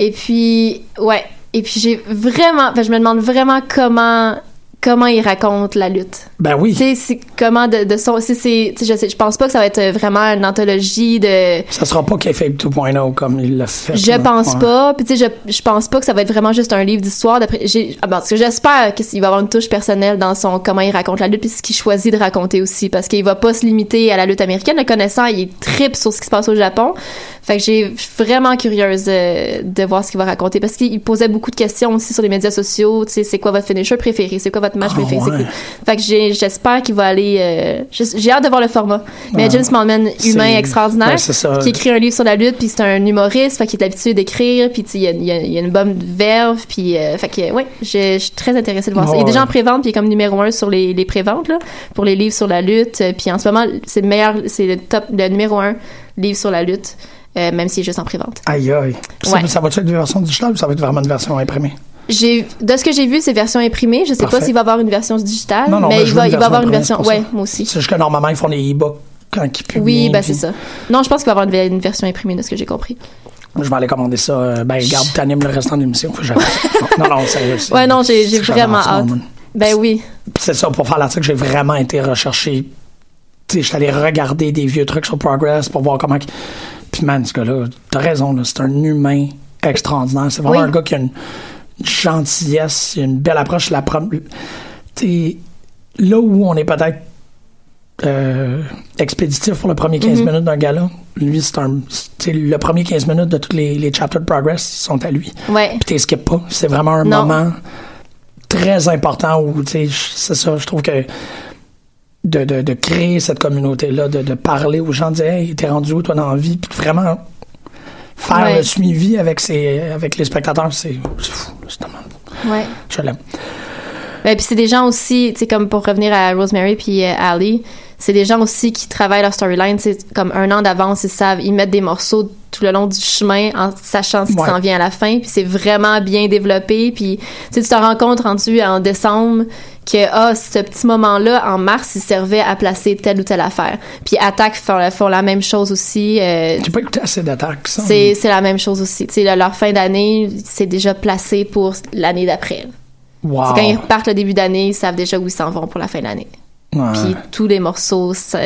D: Et puis, ouais. Et puis j'ai ben, vraiment, enfin, je me demande vraiment comment, comment il raconte la lutte.
C: Ben oui.
D: Tu sais, c'est co- comment de, de son. c'est- c'est- tu sais, je, sais- je pense pas que ça va être vraiment une anthologie de.
C: Ça sera pas KFAB 2.0 comme il l'a fait.
D: Je
C: là.
D: pense
C: Ouais.
D: pas. Puis tu sais, je, je pense pas que ça va être vraiment juste un livre d'histoire. D'après, j'ai, ah, parce que j'espère qu'il va avoir une touche personnelle dans son comment il raconte la lutte, puis ce qu'il choisit de raconter aussi, parce qu'il va pas se limiter à la lutte américaine. Le connaissant, il tripe sur ce qui se passe au Japon. Fait que j'ai je suis vraiment curieuse euh, de voir ce qu'il va raconter, parce qu'il posait beaucoup de questions aussi sur les médias sociaux. Tu sais, c'est quoi votre finisher préféré, c'est quoi votre match
C: Ah,
D: préféré. c'est
C: ouais.
D: quoi- Fait que j'ai- j'espère qu'il va aller. euh, j'ai, j'ai hâte de voir le format. Mais
C: Ouais.
D: James Manman,
C: Ah.
D: humain
C: C'est-
D: extraordinaire
C: Ouais, c'est ça.
D: qui écrit un livre sur la lutte, puis c'est un humoriste, fait qu'il est habitué d'écrire, puis tu sais, il y a, il y a- il y a une bonne verve, puis euh, fait que ouais, je je suis très intéressée de voir ça. Il est
C: Ouais,
D: déjà
C: ouais.
D: en pré-vente, puis il est comme numéro un sur les, les préventes là, pour les livres sur la lutte, euh, puis en ce moment c'est le meilleur, c'est le top, le numéro un livre sur la lutte, euh, même s'il est juste en prévente.
C: Aïe, aïe. Ça-
D: Ouais.
C: Ça, va-tu être une version digitale ou ça va être vraiment une version imprimée?
D: J'ai de ce que j'ai vu, c'est version imprimée. Je sais pas
C: Parfait.
D: s'il va avoir une version digitale,
C: Non, non, moi,
D: mais
C: je
D: il
C: veux
D: va,
C: une
D: il va avoir une
C: version
D: version.
C: imprimée, c'est
D: Ouais,
C: pour ça.
D: moi aussi.
C: C'est juste que normalement, ils font des e-books quand ils publient.
D: Oui, ben c'est
C: puis-
D: ça. Non, je pense qu'il va avoir une, une version imprimée de ce que j'ai compris.
C: Moi, Je vais aller commander ça. euh, Ben, garde, t'animes le restant de l'émission. Faut que j'aille. non, non, c'est. c'est-
D: Ouais, non, j'ai j'ai
C: c'est-
D: vraiment
C: j'adore ça,
D: hâte.
C: moi.
D: Ben oui.
C: Puis c'est ça, pour faire l'article, j'ai vraiment été recherché. Tu sais, je suis allé regarder des vieux trucs sur Progress pour voir comment. qu'- Puis man, ce gars-là, t'as raison, là, c'est un humain extraordinaire. C'est vraiment
D: Oui.
C: un gars qui a une gentillesse, il a une belle approche. La prom- tu sais, là où on est peut-être euh, expéditif pour le premier 15 minutes d'un gars-là, lui, c'est un. tu sais, le premier 15 minutes de tous les, les chapters de Progress ils sont à lui.
D: Ouais.
C: Puis t'es skip pas. C'est vraiment un
D: Non.
C: moment très important où, tu sais, je- c'est ça, je trouve que de, de, de créer cette communauté-là, de, de parler aux gens, de dire, hey, t'es rendu où, toi, dans la vie, puis de vraiment faire
D: Ouais.
C: le suivi avec, ses, avec les spectateurs, c'est c'est fou, c'est tellement-
D: Ouais.
C: Je l'aime.
D: Ben, puis c'est des gens aussi, tu sais, comme pour revenir à Rosemary puis euh, Ali, c'est des gens aussi qui travaillent leur storyline, c'est comme un an d'avance, ils savent, ils mettent des morceaux tout le long du chemin en sachant ce qui
C: Ouais.
D: s'en vient à la fin, puis c'est vraiment bien développé, puis tu sais, tu te rends compte rendu en décembre que, ah, ce petit moment-là, en mars, il servait à placer telle ou telle affaire. Puis Attack font, la- font la même chose aussi, euh,
C: J'ai pas écouté assez d'attaques, ça.
D: c'est c'est la même chose aussi. Tu sais, le- leur fin d'année, c'est déjà placé pour l'année d'après.
C: Wow.
D: C'est quand ils repartent le début d'année, ils savent déjà où ils s'en vont pour la fin de l'année.
C: Ouais.
D: Puis tous les morceaux, ça-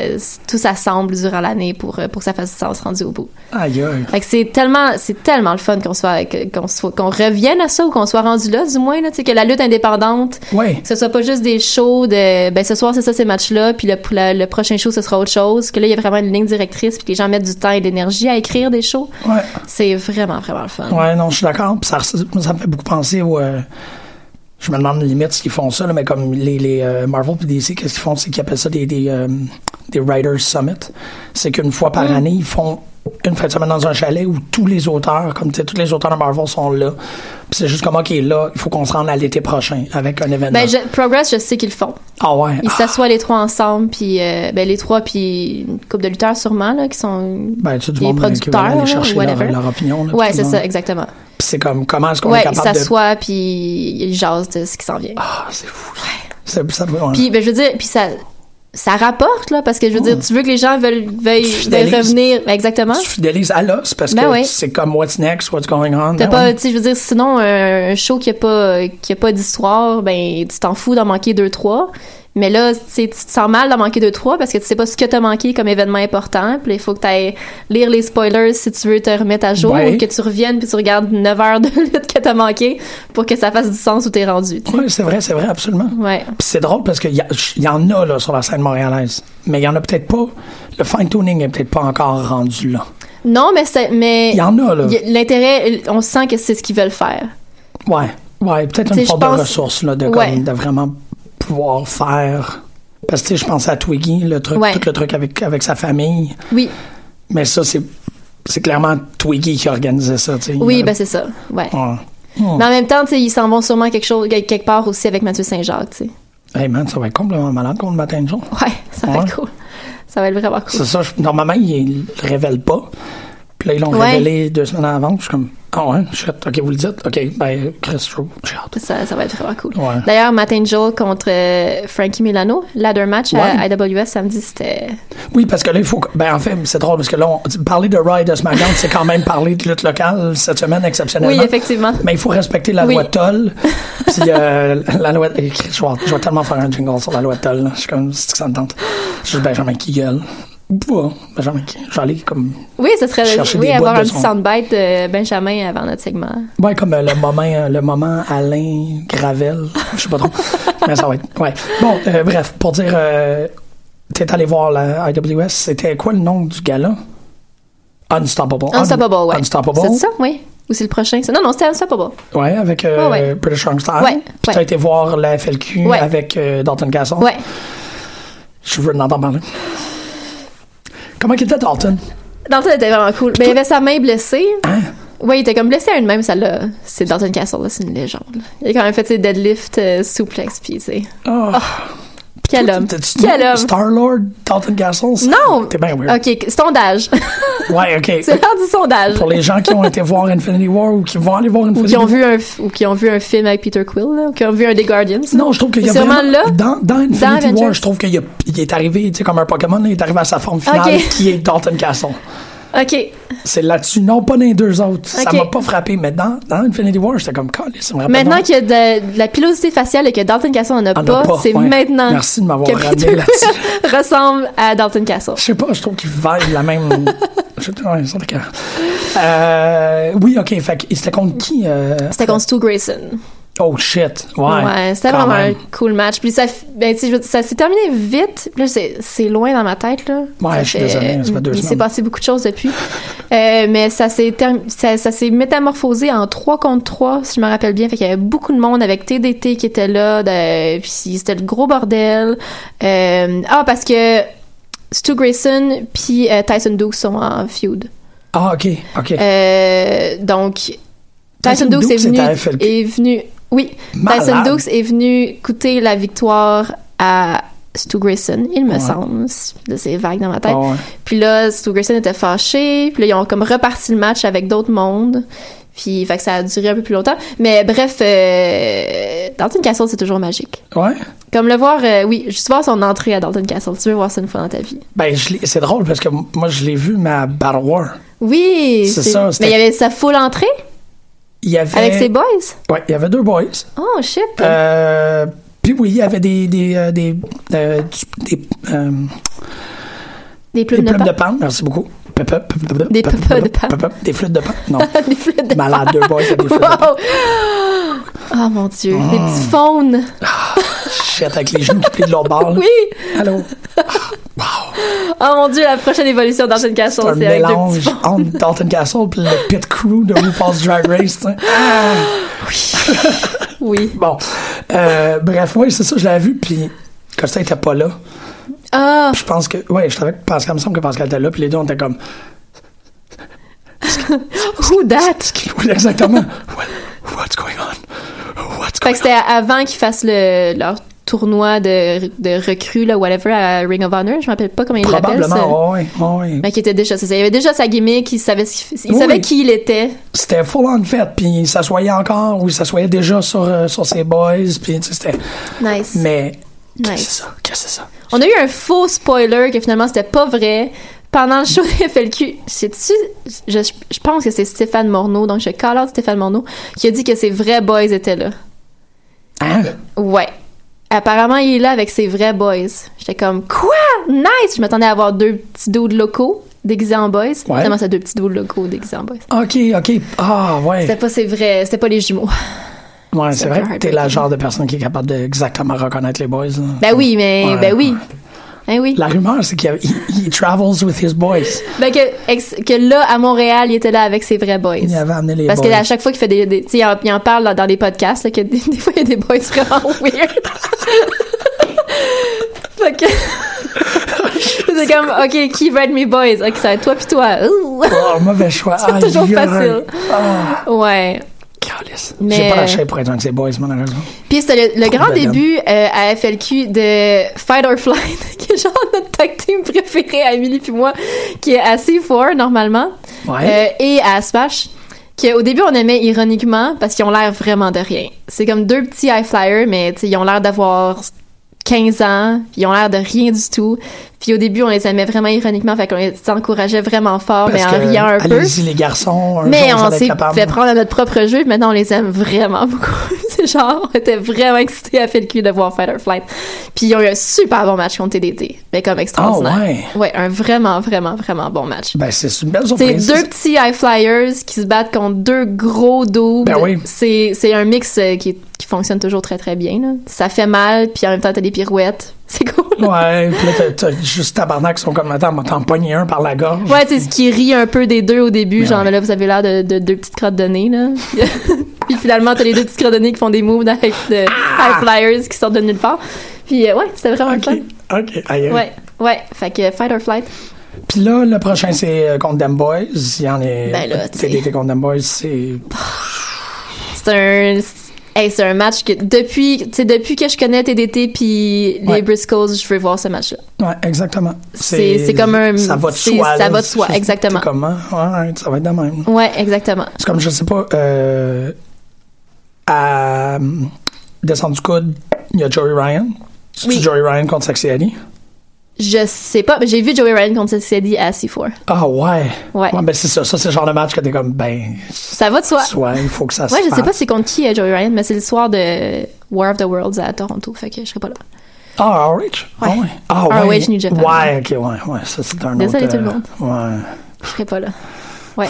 D: tout s'assemble durant l'année pour, euh, pour que ça fasse du sens rendu au bout.
C: Aïe, aïe.
D: Fait que c'est tellement, c'est tellement le fun qu'on soit, que- qu'on soit, qu'on revienne à ça ou qu'on soit rendu là, du moins, là, tu sais, que la lutte indépendante,
C: Ouais.
D: que ce soit pas juste des shows de, ben, ce soir, c'est ça, ces matchs-là, puis le, la- le prochain show, ce sera autre chose, que là, il y a vraiment une ligne directrice, puis que les gens mettent du temps et de l'énergie à écrire des shows.
C: Ouais.
D: C'est vraiment, vraiment le fun.
C: Ouais, non, je suis d'accord. Puis ça, res- ça me fait beaucoup penser au. euh, je me demande limite ce qu'ils font ça, là, mais comme les, les euh, Marvel et DC, qu'est-ce qu'ils font C'est qu'ils appellent ça des, des, euh, des Writers Summit. C'est qu'une fois par année, ils font une fin de semaine dans un chalet où tous les auteurs, comme tu sais, tous les auteurs de Marvel sont là. Puis c'est juste comme, OK, là, il faut qu'on se rende à l'été prochain avec un événement.
D: Ben, je- Progress, je sais qu'ils le font.
C: ah ouais.
D: Ils
C: Ah,
D: s'assoient les trois ensemble, puis euh, ben, les trois, puis une couple de lutteurs sûrement, là, qui sont...
C: ben, tu sais, du
D: les
C: monde euh, qui veulent
D: producteurs,
C: aller chercher
D: ou
C: leur,
D: whatever.
C: leur opinion. là,
D: ouais,
C: puis
D: c'est
C: tout le
D: ça,
C: monde.
D: exactement.
C: Puis c'est comme, comment est-ce qu'on
D: ouais,
C: est
D: ils
C: capable de.
D: s'assoient, puis ils jasent de ce qui s'en vient.
C: Ah, c'est fou. ça. C'est- ça doit- ouais.
D: Puis, ben, je veux dire, puis ça... Ça rapporte, là, parce que je veux dire, tu veux que les gens veulent, veuillent,
C: Oh. Tu
D: veuillent
C: fidélises.
D: revenir. Ben, exactement.
C: Tu fidélises à l'os parce
D: Ben
C: que
D: oui.
C: c'est comme what's next, what's going on.
D: T'as
C: Ben
D: pas,
C: ouais.
D: tu sais, je veux dire, sinon, euh, un show qui a pas, qui a pas d'histoire, ben, tu t'en fous d'en manquer deux, trois. Mais là, tu sais, tu te sens mal d'en manquer deux, trois parce que tu sais pas ce que t'as manqué comme événement important. Puis là, il faut que t'ailles lire les spoilers si tu veux te remettre à jour
C: Ouais.
D: ou que tu reviennes puis tu regardes 9 heures de lutte que t'as manqué pour que ça fasse du sens où t'es rendu, tu sais.
C: Ouais, c'est vrai, c'est vrai, absolument.
D: Ouais.
C: Puis c'est drôle parce qu'il y, a- il y en a là, sur la scène montréalaise, mais il y en a peut-être pas. Le fine-tuning est peut-être pas encore rendu là.
D: Non, mais c'est, mais.
C: Il y en a, là.
D: y a- L'intérêt, on sent que c'est ce qu'ils veulent faire.
C: Ouais, ouais, peut-être
D: T'sais,
C: une
D: je
C: forme
D: pense-
C: de ressources là, de,
D: Ouais.
C: comme, de vraiment pouvoir faire. Parce que tu sais, je pensais à Twiggy, le truc,
D: Ouais.
C: tout le truc avec, avec sa famille,
D: Oui.
C: mais ça, c'est, c'est clairement Twiggy qui organisait ça. tu sais.
D: Oui,
C: Il y
D: ben,
C: a-
D: c'est ça. Ouais.
C: Ouais.
D: Mais en même temps, tu sais, ils s'en vont sûrement quelque chose, quelque part aussi avec Mathieu Saint-Jacques, tu sais.
C: Hey man, ça va être complètement malade contre le matin de jour.
D: Ouais, ça va
C: Ouais.
D: être cool. Ça va être vraiment cool.
C: C'est ça, je- normalement, il le révèle pas. Puis Puis là, ils l'ont
D: Ouais.
C: révélé deux semaines avant. Je suis comme, ah ouais, shit, ok, vous le dites. Ok, ben, Chris Stroh, j'ai hâte.
D: Ça, ça va être vraiment cool.
C: Ouais.
D: D'ailleurs, Martin Joel contre euh, Frankie Milano, ladder match à
C: Ouais.
D: IWS samedi, c'était.
C: Oui, parce que là, il faut. que- Ben, en fait, c'est drôle, parce que là, on... parler de Ride à SmackDown, c'est quand même parler de lutte locale cette semaine, exceptionnellement.
D: Oui, effectivement.
C: Mais il faut respecter la
D: Oui.
C: loi Toll. Puis euh, la loi. Je vais, je vais tellement faire un jingle sur la loi Toll. là. Je suis comme, c'est que ça me tente. Je suis Benjamin qui gueule. Ou pas, Benjamin qui. Je vais aller comme.
D: Oui, ce serait
C: Chercher
D: oui,
C: des
D: avoir
C: boîtes de
D: un petit
C: son.
D: soundbite de Benjamin avant notre segment.
C: Ouais, comme euh, le moment, euh, le moment Alain Gravel. Je sais pas trop. Mais ça va être. Ouais. Bon, euh, bref, pour dire. euh, T'es allé voir la IWS, c'était quoi le nom du gala? Unstoppable. Ah, Un-
D: Unstoppable, ouais.
C: Unstoppable.
D: C'est ça, oui. Ou c'est le prochain, ça? Non, non, c'était Unstoppable.
C: Ouais, avec euh,
D: Ouais, ouais.
C: British Strong Style.
D: Ouais,
C: Puis t'as
D: ouais.
C: été voir la FLQ
D: Ouais.
C: avec euh, Dalton Castle.
D: Ouais.
C: Je veux en entendre parler. Comment qu'il était Dalton?
D: Dalton était vraiment cool. Mais il avait sa main blessée.
C: Hein?
D: Oui, il était comme blessé à une même, ça là. C'est Dalton Castle, là, c'est une légende. là. Il a quand même fait ses deadlifts, euh, souplex, puis tu sais.
C: Oh,
D: Quel homme.
C: T'as-tu
D: Ah, Quel
C: dit
D: homme.
C: Star-Lord, Dalton Castle?
D: Non!
C: T'es bien weird.
D: Ok, sondage.
C: Ouais, OK.
D: c'est l'heure du sondage.
C: Pour les gens qui ont été voir Infinity War ou qui vont aller voir
D: Ou
C: Infinity
D: qui, ont
C: War.
D: vu un, f- ou qui ont vu un film avec Peter Quill, là, ou qui ont vu un des Guardians.
C: Non, je trouve qu'il y a
D: C'est
C: vraiment...
D: vraiment là?
C: Dans, dans Infinity
D: Dans
C: War,
D: Avengers?
C: je trouve qu'il y a- il est arrivé, tu sais, comme un Pokémon, il est arrivé à sa forme finale,
D: Ok.
C: qui est Dalton Castle.
D: Ok.
C: C'est là-dessus, non pas dans les deux autres. Ça
D: Ok.
C: m'a pas frappé, mais dans, dans Infinity War, j'étais comme, calé, ça me rappelle.
D: Maintenant
C: non?
D: qu'il y a de, de la pilosité faciale et que Dalton Castle n'en a
C: On
D: pas,
C: a
D: c'est
C: ouais.
D: maintenant
C: Merci de m'avoir
D: que
C: ramené
D: Peter
C: là-dessus.
D: Quill ressemble à Dalton Castle.
C: Je sais pas, je trouve qu'ils valent la même. je ouais, ils sont d'accord. Euh, oui, ok. Fait que c'était contre qui euh,
D: C'était contre Stu Grayson.
C: Oh shit. Ouais.
D: Ouais, c'était
C: quand
D: vraiment
C: même.
D: un cool match. Puis ça, f- ben, tu sais, je veux dire, ça s'est terminé vite. Puis Là, c'est c'est loin dans ma tête. Là.
C: Ouais,
D: Ça euh,
C: je suis désolé, ça fait deux
D: Il s'est
C: semaines.
D: passé beaucoup de choses depuis. Euh, mais ça s'est term- ça, ça s'est métamorphosé en 3 contre 3, si je me rappelle bien. Fait qu'il y avait beaucoup de monde avec TDT qui était là. de- puis c'était le gros bordel. Euh, ah, parce que Stu Grayson puis euh, Tyson Dukes sont en feud.
C: Ah ok, ok.
D: Euh, donc, Tyson Dukes est venu,
C: à FLQ.
D: est venu. Oui,
C: Malade.
D: Tyson Dukes est venu coûter la victoire à Stu Grayson, il me
C: Ouais.
D: semble. C'est- C'est vague dans ma tête.
C: Ah, ouais.
D: Puis là, Stu Grayson était fâché. Puis là, ils ont comme reparti le match avec d'autres mondes. Puis, fait que ça a duré un peu plus longtemps. Mais bref, euh, Dalton Castle, c'est toujours magique.
C: Ah, Ouais.
D: Comme le voir, euh, oui, juste voir son entrée à Dalton Castle. Tu veux voir ça une fois dans ta vie.
C: Ben je l'ai- c'est drôle parce que m- moi je l'ai vu mais à Battle War.
D: Oui!
C: C'est ça, c'était- Ben
D: Mais il y avait sa full entrée
C: Il y avait.
D: avec ses boys.
C: Ouais, il y avait deux boys.
D: Oh, shit!
C: Euh, puis oui, il y avait des des euh, des euh, du- des, euh,
D: Des
C: des
D: plumes de
C: plumes de
D: pain.
C: pan. Merci beaucoup. Pe- pe- pe- pe-
D: Des
C: pe-
D: pe- pe-
C: pe-
D: de pan.
C: pe- pe- Des flûtes de pan. Non.
D: des flûtes de
C: Malade, deux boys avec des flûtes de Mm. pan.
D: Wow! Oh mon dieu, des petits faunes.
C: Shit, avec les genoux qui plient de l'autre bord. là.
D: Oui!
C: Allô?
D: Oh mon dieu, la prochaine évolution d'Anton Castle,
C: C'est un
D: c'est avec des petits
C: mélange Ah. entre Dalton Castle et le pit crew de RuPaul's Drag Race. tu sais.
D: faunes. Oui.
C: Bon, euh, bref, oui, c'est ça, je l'avais vu, puis Costa était pas là.
D: Ah!
C: Je pense que, ouais, j'étais avec Pascal, il me semble que Pascal était là, puis les deux, on était comme,
D: Who dat?
C: oui, exactement, What- what's going on? What's
D: Fait
C: going
D: que c'était avant qu'ils fassent le, leur tournoi de, de recrues, là, whatever, à Ring of Honor. Je me rappelle pas comment ils
C: on?
D: l'appellent. ça.
C: Probablement, ouais, ouais.
D: Mais qui était déjà, c'est ça. Il avait déjà sa gimmick, il savait, ce qu'il f- il
C: Oui.
D: savait qui il était.
C: C'était full on fait, puis il s'assoyait encore, ou il s'assoyait déjà sur, euh, sur ses boys, puis tu sais, c'était,
D: Nice.
C: mais, qu'est-ce que
D: Nice.
C: c'est ça? Qu'est-ce que c'est ça?
D: On a eu un faux spoiler que finalement c'était pas vrai. Pendant le show de FLQ, c'est-tu- je, je pense que c'est Stéphane Morneau, donc je call out Stéphane Morneau, qui a dit que ses vrais boys étaient là.
C: Hein?
D: Ouais. Apparemment, il est là avec ses vrais boys. J'étais comme, quoi? Nice! Je m'attendais à avoir deux petits dudes locaux déguisés en boys.
C: Ouais. Eh.
D: Finalement, c'est deux petits dudes locaux déguisés en boys.
C: Ok, ok, ah, ouais.
D: C'était pas ses vrais, c'était pas les jumeaux.
C: Ouais,
D: C'est
C: c'est vrai
D: un peu
C: que t'es la
D: heartbreaking.
C: genre de personne qui est capable de exactement reconnaître les boys. là.
D: Ben oui, mais,
C: Ouais.
D: ben oui. Ben oui.
C: La rumeur, c'est qu'il y a- he, he travels with his boys.
D: Ben que, ex- que là, à Montréal, il était là avec ses vrais boys.
C: Il avait amené les
D: Parce
C: boys.
D: que à chaque fois qu'il fait des, des- tu sais, il en- il en parle dans, dans les podcasts là, que des, des fois il y a des boys vraiment weird. fait que c'est comme ok qui va être mes boys ok ça va être toi puis toi Ouh.
C: Oh, mauvais choix.
D: C'est toujours
C: Aïe, aïe.
D: facile.
C: Ah,
D: ouais
C: calisse. J'ai
D: Mais-
C: pas la shape pour être un de ces boys, malheureusement.
D: puis c'était le, le
C: Trop
D: grand
C: belle
D: début euh, à FLQ de Fight or Flight qui est genre notre tag team préféré à Emily puis moi qui est assez fort normalement
C: Ouais.
D: euh, et à Smash, qu'au début on aimait ironiquement parce qu'ils ont l'air vraiment de rien. C'est comme deux petits high flyers, mais tu sais, ils ont l'air d'avoir 15 ans, puis ils ont l'air de rien du tout. Puis au début on les aimait vraiment ironiquement, fait qu'on les encourageait vraiment fort, mais en riant un peu.
C: Allez-y, les garçons. un
D: Mais
C: jour, vous
D: on
C: allez être
D: s'est
C: capables.
D: fait prendre à notre propre jeu, puis maintenant on les aime vraiment beaucoup. C'est genre, on était vraiment excités à faire le cul de voir Fight or Flight. Puis ils ont eu un super bon match contre TDT, mais comme
C: Ah
D: extraordinaire.
C: ouais.
D: ouais, un vraiment, vraiment, vraiment bon match.
C: Ben, c'est une belle
D: C'est
C: surprise.
D: deux petits high flyers qui se battent contre deux gros dos.
C: Ben oui.
D: C'est c'est un mix euh, qui, qui fonctionne toujours très très bien. Là. Ça fait mal, puis en même temps t'as des pirouettes. C'est cool.
C: Ouais, pis là, t'as- t'as juste tabarnak qui sont comme, attends, on va t'en pogner un par la gorge.
D: Ouais, c'est ce qui rit un peu des deux au début,
C: Mais
D: genre
C: ouais.
D: mais là vous avez l'air de, de deux petites crottes de nez là. puis finalement t'as les deux petites crottes de nez qui font des moves avec de high flyers qui sortent de nulle part. Puis euh, ouais, c'était vraiment le
C: Ah! Ok,
D: fun.
C: ok, aïe, aïe.
D: Ouais, ouais. Fait que fight or flight.
C: Puis là, le prochain, c'est euh, contre Dem Boys. Il y en est. euh,
D: Ben là, tu sais.
C: TDT contre Dem Boys, c'est.
D: C'est un hey, c'est un match que depuis tu sais depuis que je connais TDT puis les
C: Ouais.
D: Briscoes, je veux voir ce match là.
C: Ouais, exactement.
D: C'est- c'est comme un-
C: Ça va de
D: c'est-
C: soi.
D: ça
C: là.
D: va de soi,
C: C'est- c'est
D: exactement.
C: Comment? Ouais, ça va être de même.
D: Ouais, exactement.
C: C'est comme, je sais pas, euh, à euh, Descendre du coude, il y a Joey Ryan. C'est
D: Oui.
C: Joey Ryan contre Sexy Ali.
D: Je sais pas, mais j'ai vu Joey Ryan contre Cedi à C4.
C: Ah ouais.
D: Ouais.
C: ben c'est ça. Ça, c'est le genre de match que t'es comme, ben,
D: Ça va de soi.
C: soit, il faut que ça se
D: Ouais, je sais
C: fasse.
D: pas c'est contre qui est Joey Ryan, mais c'est le soir de War of the Worlds à Toronto, fait que je serai pas là.
C: Ah, RH? Ah
D: Ouais.
C: ouais. Ah
D: ROH
C: ouais.
D: New Japan.
C: Ouais, ok, ouais, ouais. Ça, c'est un
D: Désolé
C: autre.
D: tout le
C: euh,
D: monde.
C: Ouais.
D: Je serai pas là. Ouais.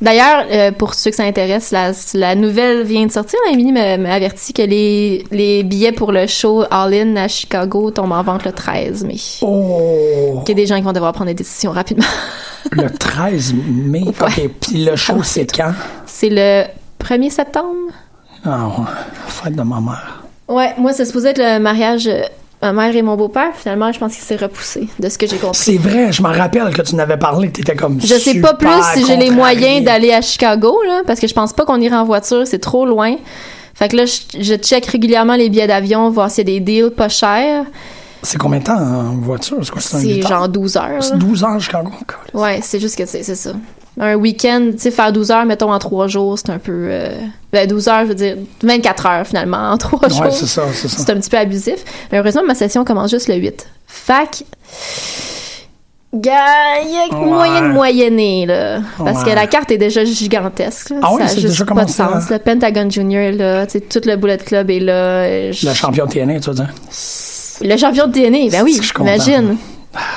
D: D'ailleurs, euh, pour ceux que ça intéresse, la, la nouvelle vient de sortir. La Emily m'a m'a averti que les, les billets pour le show All In à Chicago tombent en vente le 13 mai.
C: Oh,
D: Qu'il y a des gens qui vont devoir prendre des décisions rapidement.
C: le 13 mai. Ok, puis le show, c'est quand?
D: c'est le 1er septembre?
C: Ah ouais. Fête de ma mère.
D: Ouais, moi, c'est supposé être le mariage euh, ma mère et mon beau-père. Finalement, je pense qu'il s'est repoussé, de ce que j'ai compris.
C: C'est vrai, je m'en rappelle que tu n'avais parlé, que t'étais comme
D: Je sais pas
C: super
D: plus si j'ai les
C: contrarié.
D: moyens d'aller à Chicago, là, parce que je pense pas qu'on ira en voiture, c'est trop loin. Fait que là, je, je check régulièrement les billets d'avion, voir s'il y a des deals pas chers.
C: C'est combien de temps en voiture? C'est quoi, c'est un
D: C'est
C: huit heures?
D: genre 12 heures. là.
C: C'est 12 ans jusqu'en gros.
D: Ouais, c'est juste que c'est c'est ça. Un week-end, tu sais, faire 12 heures, mettons, en 3 jours, c'est un peu... euh, Ben, 12 heures, je veux dire, 24 heures, finalement, en 3
C: Ouais, c'est
D: jours.
C: ça, c'est ça.
D: C'est un petit peu abusif. Mais heureusement, ma session commence juste le 8. Fac. Gars, il y a
C: Ouais.
D: moyen de moyenner, là. Parce que
C: Ouais.
D: la carte est déjà gigantesque. là.
C: Ah ouais,
D: ça a
C: c'est
D: juste
C: déjà
D: pas de
C: commencé, hein.
D: sens.
C: là.
D: Le Pentagon Junior est là. tu sais, Tout le Bullet Club est là. euh, je-
C: Le champion TNA, tu veux dire?
D: le champion de DNA, ben oui,
C: Je suis content.
D: imagine.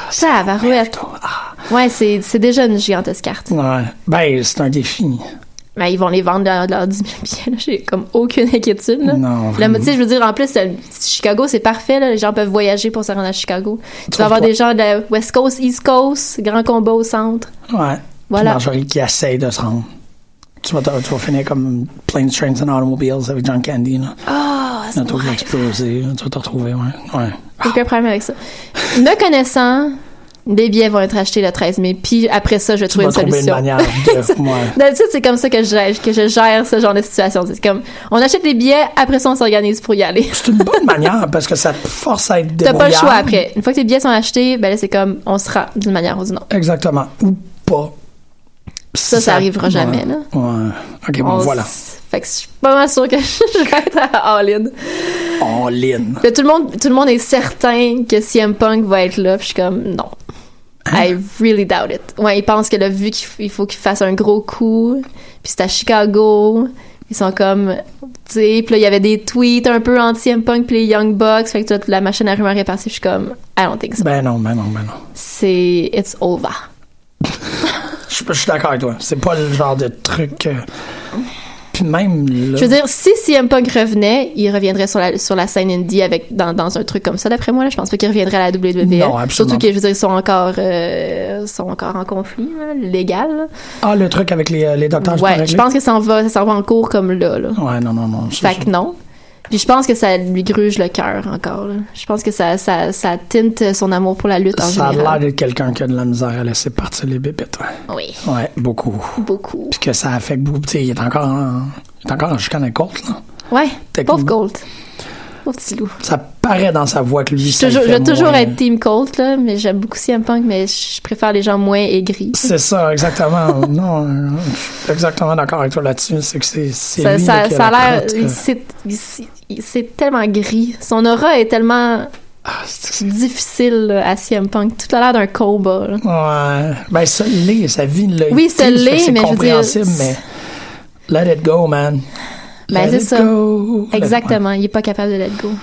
D: Ça, va
C: Ah,
D: Ouais, c'est c'est déjà une gigantesque carte.
C: ouais. Ben, c'est un défi.
D: Ben, ils vont les vendre leurs leur 10 000 billets. là. J'ai comme aucune inquiétude. Là.
C: Non,
D: Puis là,
C: vraiment.
D: tu sais, je veux dire, en plus, euh, Chicago, c'est parfait. Là. Les gens peuvent voyager pour se rendre à Chicago. Tu vas avoir
C: Trouve-toi.
D: des gens de la West Coast, East Coast, grand combat au centre.
C: Ouais. Puis
D: Voilà.
C: Marjorie qui essaye de se rendre. Tu vas, te- tu vas finir comme Planes, Trains and Automobiles avec John Candy. Là.
D: Ah, c'est
C: Une auto
D: mon
C: qui a
D: rêve.
C: explosé. là. Tu vas te retrouver, ouais. ouais.
D: Aucun problème avec ça. Me connaissant, les billets vont être achetés le 13 mai. Puis après ça, je vais
C: Tu
D: trouver
C: vas
D: une
C: trouver une
D: solution.
C: manière de. ouais.
D: D'habitude, c'est comme ça que je, gère- que je gère ce genre de situation. C'est comme, on achète les billets, après ça, on s'organise pour y aller.
C: C'est une bonne manière parce que ça te force à être
D: T'as pas le
C: débrouillard.
D: choix après. Une fois que tes billets sont achetés, ben là, c'est comme, on se rend d'une manière ou d'une autre.
C: Exactement. Ou pas.
D: Ça, ça arrivera
C: ouais.
D: jamais, là.
C: Ouais. Ok, bon,
D: On
C: voilà.
D: s- Fait que je suis pas mal sûre que je vais être à all-in.
C: En ligne.
D: Là, tout, le monde, tout le monde est certain que CM Punk va être là, puis je suis comme, non.
C: Hein?
D: I really doubt it. Ouais, ils pensent que là, vu qu'il f- il faut qu'il fasse un gros coup, puis c'est à Chicago, ils sont comme, tu sais, puis là, il y avait des tweets un peu anti-CM Punk, puis les Young Bucks, fait que toute la machine à rumeurs est partie, puis je suis comme, I don't think so.
C: Ben non, ben non, ben non.
D: C'est, it's over.
C: Je, je suis d'accord avec toi. C'est pas le genre de truc. que- Puis même là.
D: Je veux dire, si CM Punk revenait, il reviendrait sur la, sur la scène indie avec, dans, dans un truc comme ça, d'après moi. Là. Je pense pas qu'il reviendrait à la WWE.
C: Non, absolument
D: Surtout
C: pas.
D: que, je veux dire, ils sont encore, euh, sont encore en conflit là, légal.
C: Ah, le truc avec les, euh, les docteurs, c'est pas
D: ouais,
C: réglé?
D: je pense que ça s'en va, ça s'en va en cours comme là. là.
C: Ouais, non, non, non. c'est
D: Fait
C: ça.
D: que non. Puis je pense que ça lui gruge le cœur encore. là. Je pense que ça, ça, ça tinte son amour pour la lutte en
C: Ça a l'air
D: général.
C: d'être quelqu'un qui a de la misère à laisser partir les bébites. ouais.
D: Oui,
C: Ouais, beaucoup.
D: beaucoup.
C: Puis que ça affecte beaucoup. Tu sais, il est encore en, il est encore en chicane à côte, là.
D: Ouais,
C: T'as-
D: pauvre Gold. Pauvre petit loup.
C: Ça, pa- paraît dans sa voix que lui,
D: Je
C: ça
D: vais
C: le
D: toujours,
C: fait
D: je vais toujours
C: moins.
D: être Team Colt, là, mais j'aime beaucoup CM Punk, mais je préfère les gens moins aigris.
C: C'est ça, exactement. non, euh, je suis exactement d'accord avec toi là-dessus. C'est que c'est c'est
D: Ça,
C: lui
D: ça-
C: là, qui a
D: ça
C: la
D: a l'air.
C: crotte, euh.
D: il- c'est- il- il- C'est tellement gris. Son aura est tellement
C: Ah, c'est-
D: difficile là, à CM Punk. Tout a l'air d'un combat. là.
C: Ouais. Ben, ça l'est, sa vie l'a
D: Oui,
C: été,
D: ça
C: fait que
D: l'est,
C: c'est
D: mais je veux
C: compréhensible,
D: dire,
C: mais let it go, man.
D: Ben,
C: Let
D: c'est
C: it
D: ça.
C: go.
D: Exactement. Il est pas capable de let go.
C: Ouais,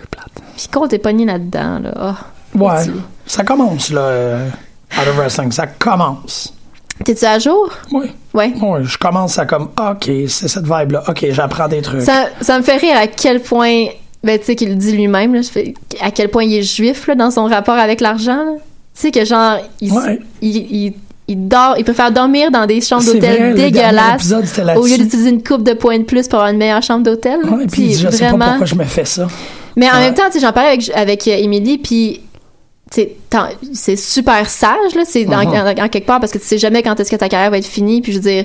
C: c'est plate.
D: Puis Colt est pogné là-dedans. Là. Ah,
C: Ouais,
D: petit.
C: ça commence, là, euh, Out of Wrestling, ça commence.
D: T'es-tu à jour?
C: Oui.
D: Ouais.
C: Oui, je commence à comme, ah, OK, c'est cette vibe-là. OK, j'apprends des trucs.
D: Ça, ça me fait rire à quel point, ben, tu sais, qu'il le dit lui-même, là, je fais- à quel point il est juif là, dans son rapport avec l'argent. là. Tu sais, que genre, il, s-
C: Ouais.
D: il, il, il dort, il préfère dormir dans des chambres
C: C'est vrai,
D: d'hôtel
C: le dernier
D: dégueulasses
C: épisode, c'était
D: au lieu
C: là-dessus.
D: d'utiliser une coupe de points de plus pour avoir une meilleure chambre d'hôtel. là.
C: Ouais,
D: Tu sais,
C: puis il dit,
D: il est
C: je sais pas pourquoi je me fais ça.
D: Mais en
C: Ouais.
D: même temps, tu sais, j'en parlais avec, avec euh, Émilie, puis tu sais, t'en- c'est super sage, là, c'est dans-
C: Uh-huh.
D: en, en quelque part, parce que tu sais jamais quand est-ce que ta carrière va être finie, puis je veux dire,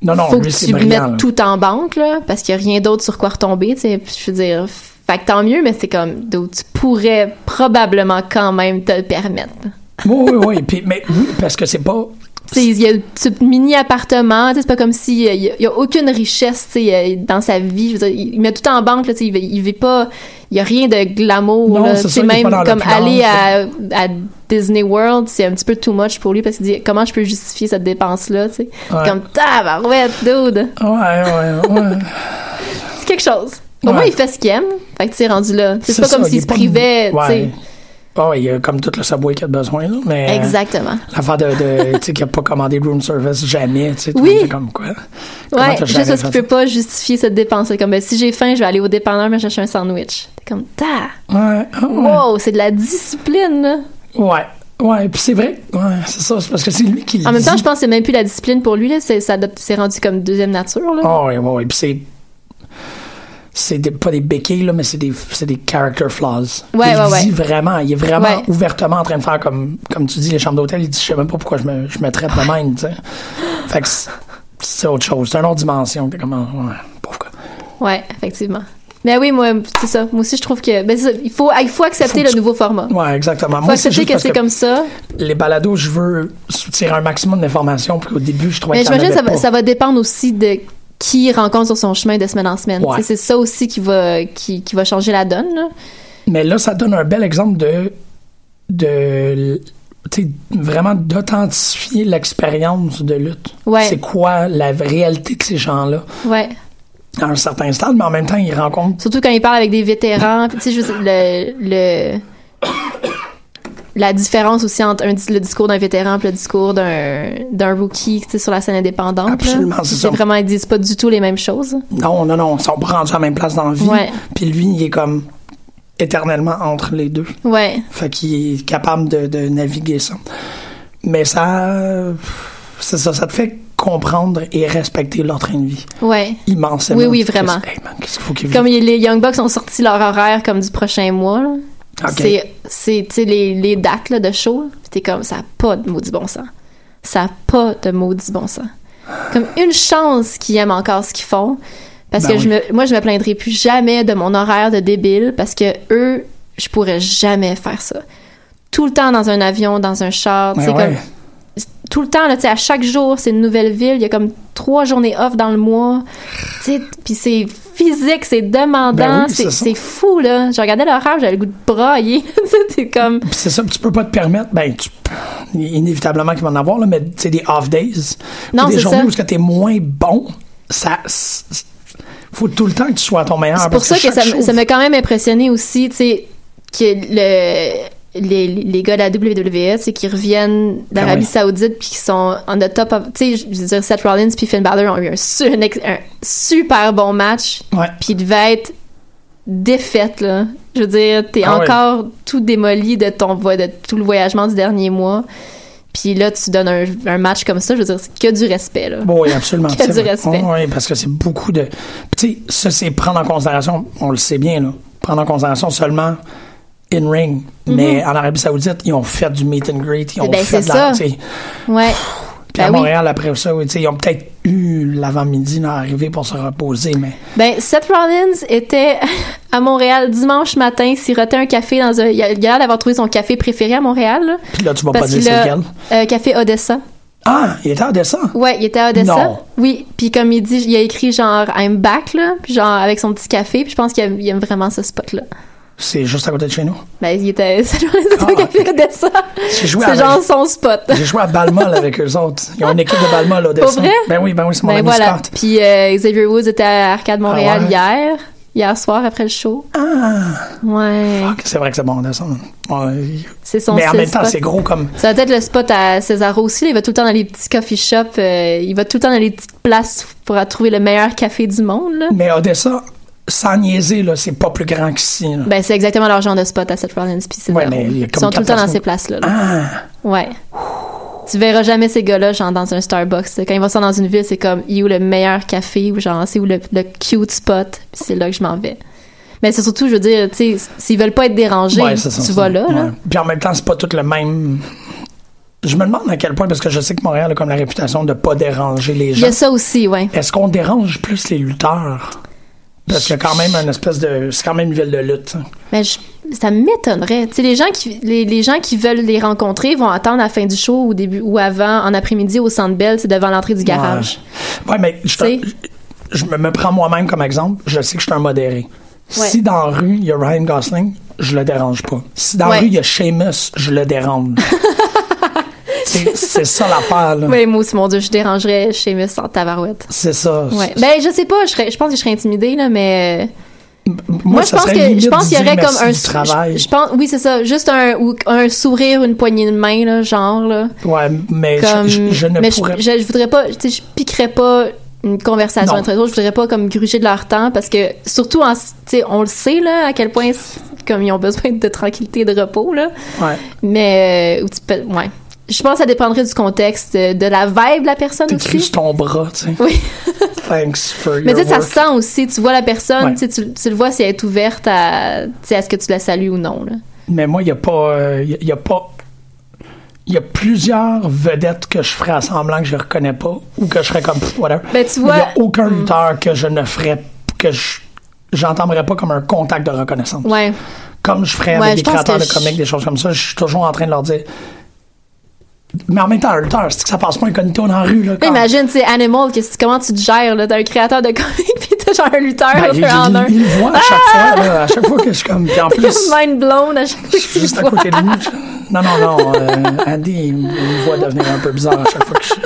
C: Non, non,
D: faut
C: lui,
D: que
C: c'est
D: tu
C: brillant. là.
D: mettes tout en banque, là, parce qu'il n'y a rien d'autre sur quoi retomber, tu sais, puis je veux dire, fait que tant mieux, mais c'est comme, d'où tu pourrais probablement quand même te le permettre. là.
C: Oui, oui, oui. Puis, mais oui, parce que c'est pas.
D: Tu sais, il y a le petit mini-appartement, tu sais, c'est pas comme si euh, il y a- il y a aucune richesse, tu sais, euh, dans sa vie, je veux dire, il il met tout en banque, là, tu sais, il, vit- il vit pas, il y a rien de glamour,
C: Non,
D: là,
C: c'est
D: tu
C: ça,
D: sais,
C: il est
D: même
C: pas dans
D: comme
C: l'opulence,
D: aller à, à Disney World, c'est un petit peu too much pour lui, parce qu'il dit, comment je peux justifier cette dépense-là, tu sais,
C: Ouais.
D: comme, tabarouette, dude,
C: Ouais, ouais, ouais.
D: c'est quelque chose. Au
C: Ouais.
D: moins, il fait ce qu'il aime, fait que, tu sais, rendu là, Tu sais, c'est pas
C: ça,
D: comme
C: il est
D: s'il se
C: pas-
D: privait, tu sais,
C: Ouais. Ah ouais, il y a comme tout le subway qu'il a besoin, là. Mais
D: exactement.
C: L'affaire de. de tu sais, qu'il a pas commandé room service jamais, tu sais. tout le
D: Oui.
C: monde est comme quoi. Comment
D: Ouais,
C: t'as
D: juste
C: jamais
D: parce
C: fait
D: qu'il peut pas justifier cette dépense. là. Comme, ben, si j'ai faim, je vais aller au dépanneur me chercher un sandwich. T'es comme, ta,
C: Ouais, ah ouais.
D: wow, c'est de la discipline, là.
C: Ouais. Ouais, puis c'est vrai. Ouais, c'est ça. C'est parce que c'est lui qui. le
D: En même temps,
C: dit.
D: je pense que c'est même plus la discipline pour lui, là. C'est, ça, doit- c'est rendu comme deuxième nature, là.
C: Ah ouais, ouais, ouais. Puis c'est. C'est des- pas des béquilles, là, mais c'est des, c'est des character flaws.
D: Ouais,
C: il
D: ouais,
C: dit
D: ouais.
C: vraiment, il est vraiment
D: Ouais.
C: ouvertement en train de faire comme, comme tu dis, les chambres d'hôtel. Il dit, je sais même pas pourquoi je me, je me traite
D: Ah.
C: de même, tu sais. Fait que c'est- c'est autre chose. C'est une autre dimension. T'es comme, ouais, pourquoi?
D: Ouais, effectivement. Mais oui, moi, c'est ça. Moi aussi, je trouve que, ben, c'est ça. Il faut, il faut accepter
C: Faut que
D: le
C: tu-
D: nouveau format.
C: Ouais, exactement.
D: Faut
C: Moi, c'est
D: accepter
C: juste
D: que
C: parce
D: c'est
C: que
D: comme ça.
C: les balados, je veux soutirer un maximum d'informations, puis au début, je trouvais
D: Mais
C: qu'il y en
D: j'imagine que ça
C: avait
D: va,
C: pas.
D: ça va dépendre aussi de qui rencontre sur son chemin de semaine en semaine.
C: Ouais.
D: Tu sais, C'est ça aussi qui va, qui, qui va changer la donne, là.
C: Mais là, ça donne un bel exemple de. de tu sais, vraiment d'authentifier l'expérience de lutte.
D: Ouais.
C: C'est quoi la v- réalité de ces gens-là
D: Ouais.
C: à un certain stade, mais en même temps, ils rencontrent.
D: Surtout quand il parle avec des vétérans. Puis, tu sais, je veux dire, le, le- la différence aussi entre un, dis- le discours d'un vétéran et le discours d'un, d'un rookie, tu sais, sur la scène indépendante. là.
C: Absolument, c'est ça.
D: vraiment, ils disent pas du tout les mêmes choses.
C: Non, non, non, ils sont pas rendus à la même place dans la vie.
D: Ouais.
C: Puis lui, il est comme éternellement entre les deux.
D: Ouais.
C: Fait qu'il est capable de, de naviguer ça. Mais ça. C'est ça, ça te fait comprendre et respecter leur train de vie
D: Ouais.
C: immensément.
D: Oui, oui,
C: Tu te dis,
D: vraiment.
C: Hey, man, qu'est-ce qu'il faut qu'ils
D: Comme il- les Young Bucks ont sorti leur horaire comme du prochain mois, là.
C: Ok.
D: C'est, c'est, tu sais, les, les dates, là, de show. là. Puis t'es comme, ça a pas de maudit bon sens. Ça a pas de maudit bon sens. Comme une chance qu'ils aiment encore ce qu'ils font. Parce
C: Ben
D: que je
C: oui.
D: me, moi, je me plaindrai plus jamais de mon horaire de débile parce que eux, je pourrais jamais faire ça. Tout le temps dans un avion, dans un char, tu sais,
C: Ben ouais.
D: comme, tout le temps, là, tu sais, à chaque jour, c'est une nouvelle ville. Il y a comme trois journées off dans le mois. Tu sais, puis c'est physique, c'est demandant,
C: Ben oui, c'est
D: c'est-
C: ça.
D: c'est fou, là. Je regardais l'horaire, j'avais le goût de brailler. tu sais, t'es comme.
C: Puis c'est ça, puis tu peux pas te permettre, ben, tu, inévitablement qu'il va en avoir, là, mais tu sais, des off days. ou
D: Non,
C: des
D: c'est
C: journées
D: ça.
C: où ce que t'es moins bon, ça. c'est- Faut tout le temps que tu sois à ton meilleur.
D: C'est pour
C: parce
D: ça que,
C: ben chaque
D: ça m-
C: chose-
D: ça m'a quand même impressionné aussi, tu sais, que le, les, les gars de la WWE, c'est qui reviennent d'Arabie
C: Ah oui.
D: Saoudite puis qui sont on the top of. Tu sais, je veux dire, Seth Rollins puis Finn Balor ont eu un, su- un ex- un super bon match.
C: Ouais.
D: Puis il devait être défaite, là. Je veux dire, t'es
C: Ah oui.
D: encore tout démoli de ton vo- de tout le voyagement du dernier mois. Puis là, tu donnes un, un match comme ça, je veux dire, c'est que du respect, là.
C: Bon, Oh, oui, absolument.
D: Qu'il y a
C: c'est
D: du
C: vrai. Oh,
D: respect.
C: Oui, parce que c'est beaucoup de. Puis Tu sais, ça, c'est prendre en considération, on le sait bien, là, prendre en considération seulement in-ring. Mais en Arabie Saoudite, ils ont fait du meet and greet, ils ont
D: Mhm. Ben,
C: fait
D: c'est
C: de la.
D: ça.
C: tu sais,
D: Ouais.
C: Puis à
D: Ben oui.
C: Montréal, après ça, oui, tu sais, ils ont peut-être eu l'avant-midi dans l'arrivée pour se reposer, mais
D: Ben, Seth Rollins était à Montréal dimanche matin, sirotait un café dans un. Il a il a l'air d'avoir trouvé son café préféré à Montréal. là.
C: puis là, tu vas pas
D: Parce
C: dire
D: qu'il
C: c'est
D: a.
C: lequel.
D: euh, café Odessa.
C: Ah, il était en dessin.
D: Ouais, il était à Odessa.
C: Non.
D: Oui, puis comme il dit, il a écrit genre I'm back, là, puis genre avec son petit café, puis je pense qu'il aime, il aime vraiment ce spot-là.
C: C'est juste à côté de chez nous.
D: Ben, il était. Seth Rollins était
C: Ah,
D: au café Odessa.
C: J'ai joué,
D: C'est
C: avec...
D: genre son spot.
C: j'ai joué à Balmol avec eux autres. Ils ont une équipe de Balmol au dessin.
D: vrai?
C: Ben oui, ben oui, c'est mon
D: Ben
C: ami
D: voilà.
C: Scott.
D: Puis euh, Xavier Woods était à Arcade Montréal
C: Ah ouais?
D: hier, hier soir après le show.
C: Ah,
D: Ouais.
C: fuck, c'est vrai que c'est bon au dessin. Ouais.
D: C'est son
C: Mais en
D: seul
C: même temps,
D: spot.
C: c'est gros comme.
D: Ça va peut-être le spot à Cesaro aussi. là. Il va tout le temps dans les petits coffee shops. euh, il va tout le temps dans les petites places pour à trouver le meilleur café du monde. là.
C: Mais Odessa, sans niaiser, là, c'est pas plus grand qu'ici. là.
D: Ben, c'est exactement leur genre de spot à Seth Rollins. Puis c'est
C: Ouais,
D: leur-
C: mais il y a
D: Ils
C: comme
D: sont tout le
C: quatre
D: temps
C: personnes.
D: dans ces places-là. là.
C: Ah,
D: Ouais. Tu verras jamais ces gars-là, genre, dans un Starbucks. Quand ils vont sortir dans une ville, c'est comme, il est où le meilleur café, ou genre, c'est où le, le cute spot, puis c'est là que je m'en vais. Mais c'est surtout, je veux dire, tu sais, s'ils veulent pas être dérangés,
C: ouais,
D: tu
C: c'est ça, ça.
D: vas là, là.
C: Ouais. Puis en même temps, c'est pas tout le même. Je me demande à quel point, parce que je sais que Montréal a comme la réputation de pas déranger les
D: Il
C: gens.
D: y a ça aussi, ouais.
C: Est-ce qu'on dérange plus les lutteurs? Parce qu'il y a quand même une espèce de. C'est quand même une ville de lutte. hein.
D: Mais je- ça m'étonnerait. Tu sais, les gens qui les, les gens qui veulent les rencontrer vont attendre à la fin du show ou début ou avant en après-midi au Centre Bell, c'est devant l'entrée du garage.
C: Ouais, mais je, te-
D: Tu sais.
C: je me, me prends moi-même comme exemple. Je sais que je suis un modéré.
D: Ouais.
C: Si dans la rue, il y a Ryan Gosling, je le dérange pas. Si dans la
D: Ouais.
C: rue, il y a Seamus, je le dérange. c'est c'est ça l'affaire, là.
D: Ouais, moi aussi, mon dieu, je dérangerais chez Miss en tabarouette.
C: C'est ça.
D: Ouais. Ben je sais pas, je, serais- je pense que je serais intimidée là, mais euh,
C: Moi,
D: je pense que je pense qu'il y aurait comme un sou-
C: travail.
D: Je, je pense oui, c'est ça, juste un ou un sourire, une poignée de main là, genre là.
C: ouais, mais je-
D: Comme-
C: je, je ne
D: mais
C: pourrais
D: je, je voudrais pas, tu sais, je piquerais pas une conversation
C: Non.
D: entre eux autres, je voudrais pas comme gruger de leur temps parce que surtout en, tu sais, on le sait là à quel point c- comme ils ont besoin de tranquillité et de repos là,
C: Ouais.
D: mais euh, ou tu peux- ouais. Je pense que ça dépendrait du contexte, euh, de la vibe de la personne
C: T'écris
D: aussi.
C: sur ton bras, tu sais.
D: Oui.
C: Thanks for your
D: Mais tu sais, ça
C: work.
D: se sent aussi. Tu vois la personne,
C: Ouais.
D: tu, sais, tu, tu le vois si elle est ouverte à, tu sais, à ce que tu la salues ou non. Là.
C: Mais moi, il n'y a pas. euh, y a- y a pas. Il y a plusieurs vedettes que je ferais à semblant que je reconnais pas ou que je ferais comme pff, whatever.
D: Ben, tu
C: Il n'y
D: vois-
C: a aucun lutteur que je ne ferais que je j'entendrais pas comme un contact de reconnaissance.
D: Ouais.
C: Comme je ferais
D: Ouais,
C: avec
D: je
C: des
D: pense
C: créateurs
D: que
C: de
D: je-
C: comiques, des choses comme ça, je suis toujours en train de leur dire. Mais en même temps, un lutteur, c'est que ça passe pas incognito dans la rue. Là,
D: Là,
C: quand-
D: imagine, tu sais, Animal, qu'est-ce- comment tu te gères, là? T'as un créateur de comics pis t'as genre un lutteur
C: Ben, il,
D: un en un.
C: il- il le voit à chaque fois, là, à chaque fois que je suis comme. Puis en plus,
D: Mind blown à chaque fois
C: Je
D: que tu
C: suis
D: le
C: juste à
D: vois.
C: côté de lui. Non, non, non. euh, Andy, il me voit devenir un peu bizarre à chaque fois que je suis.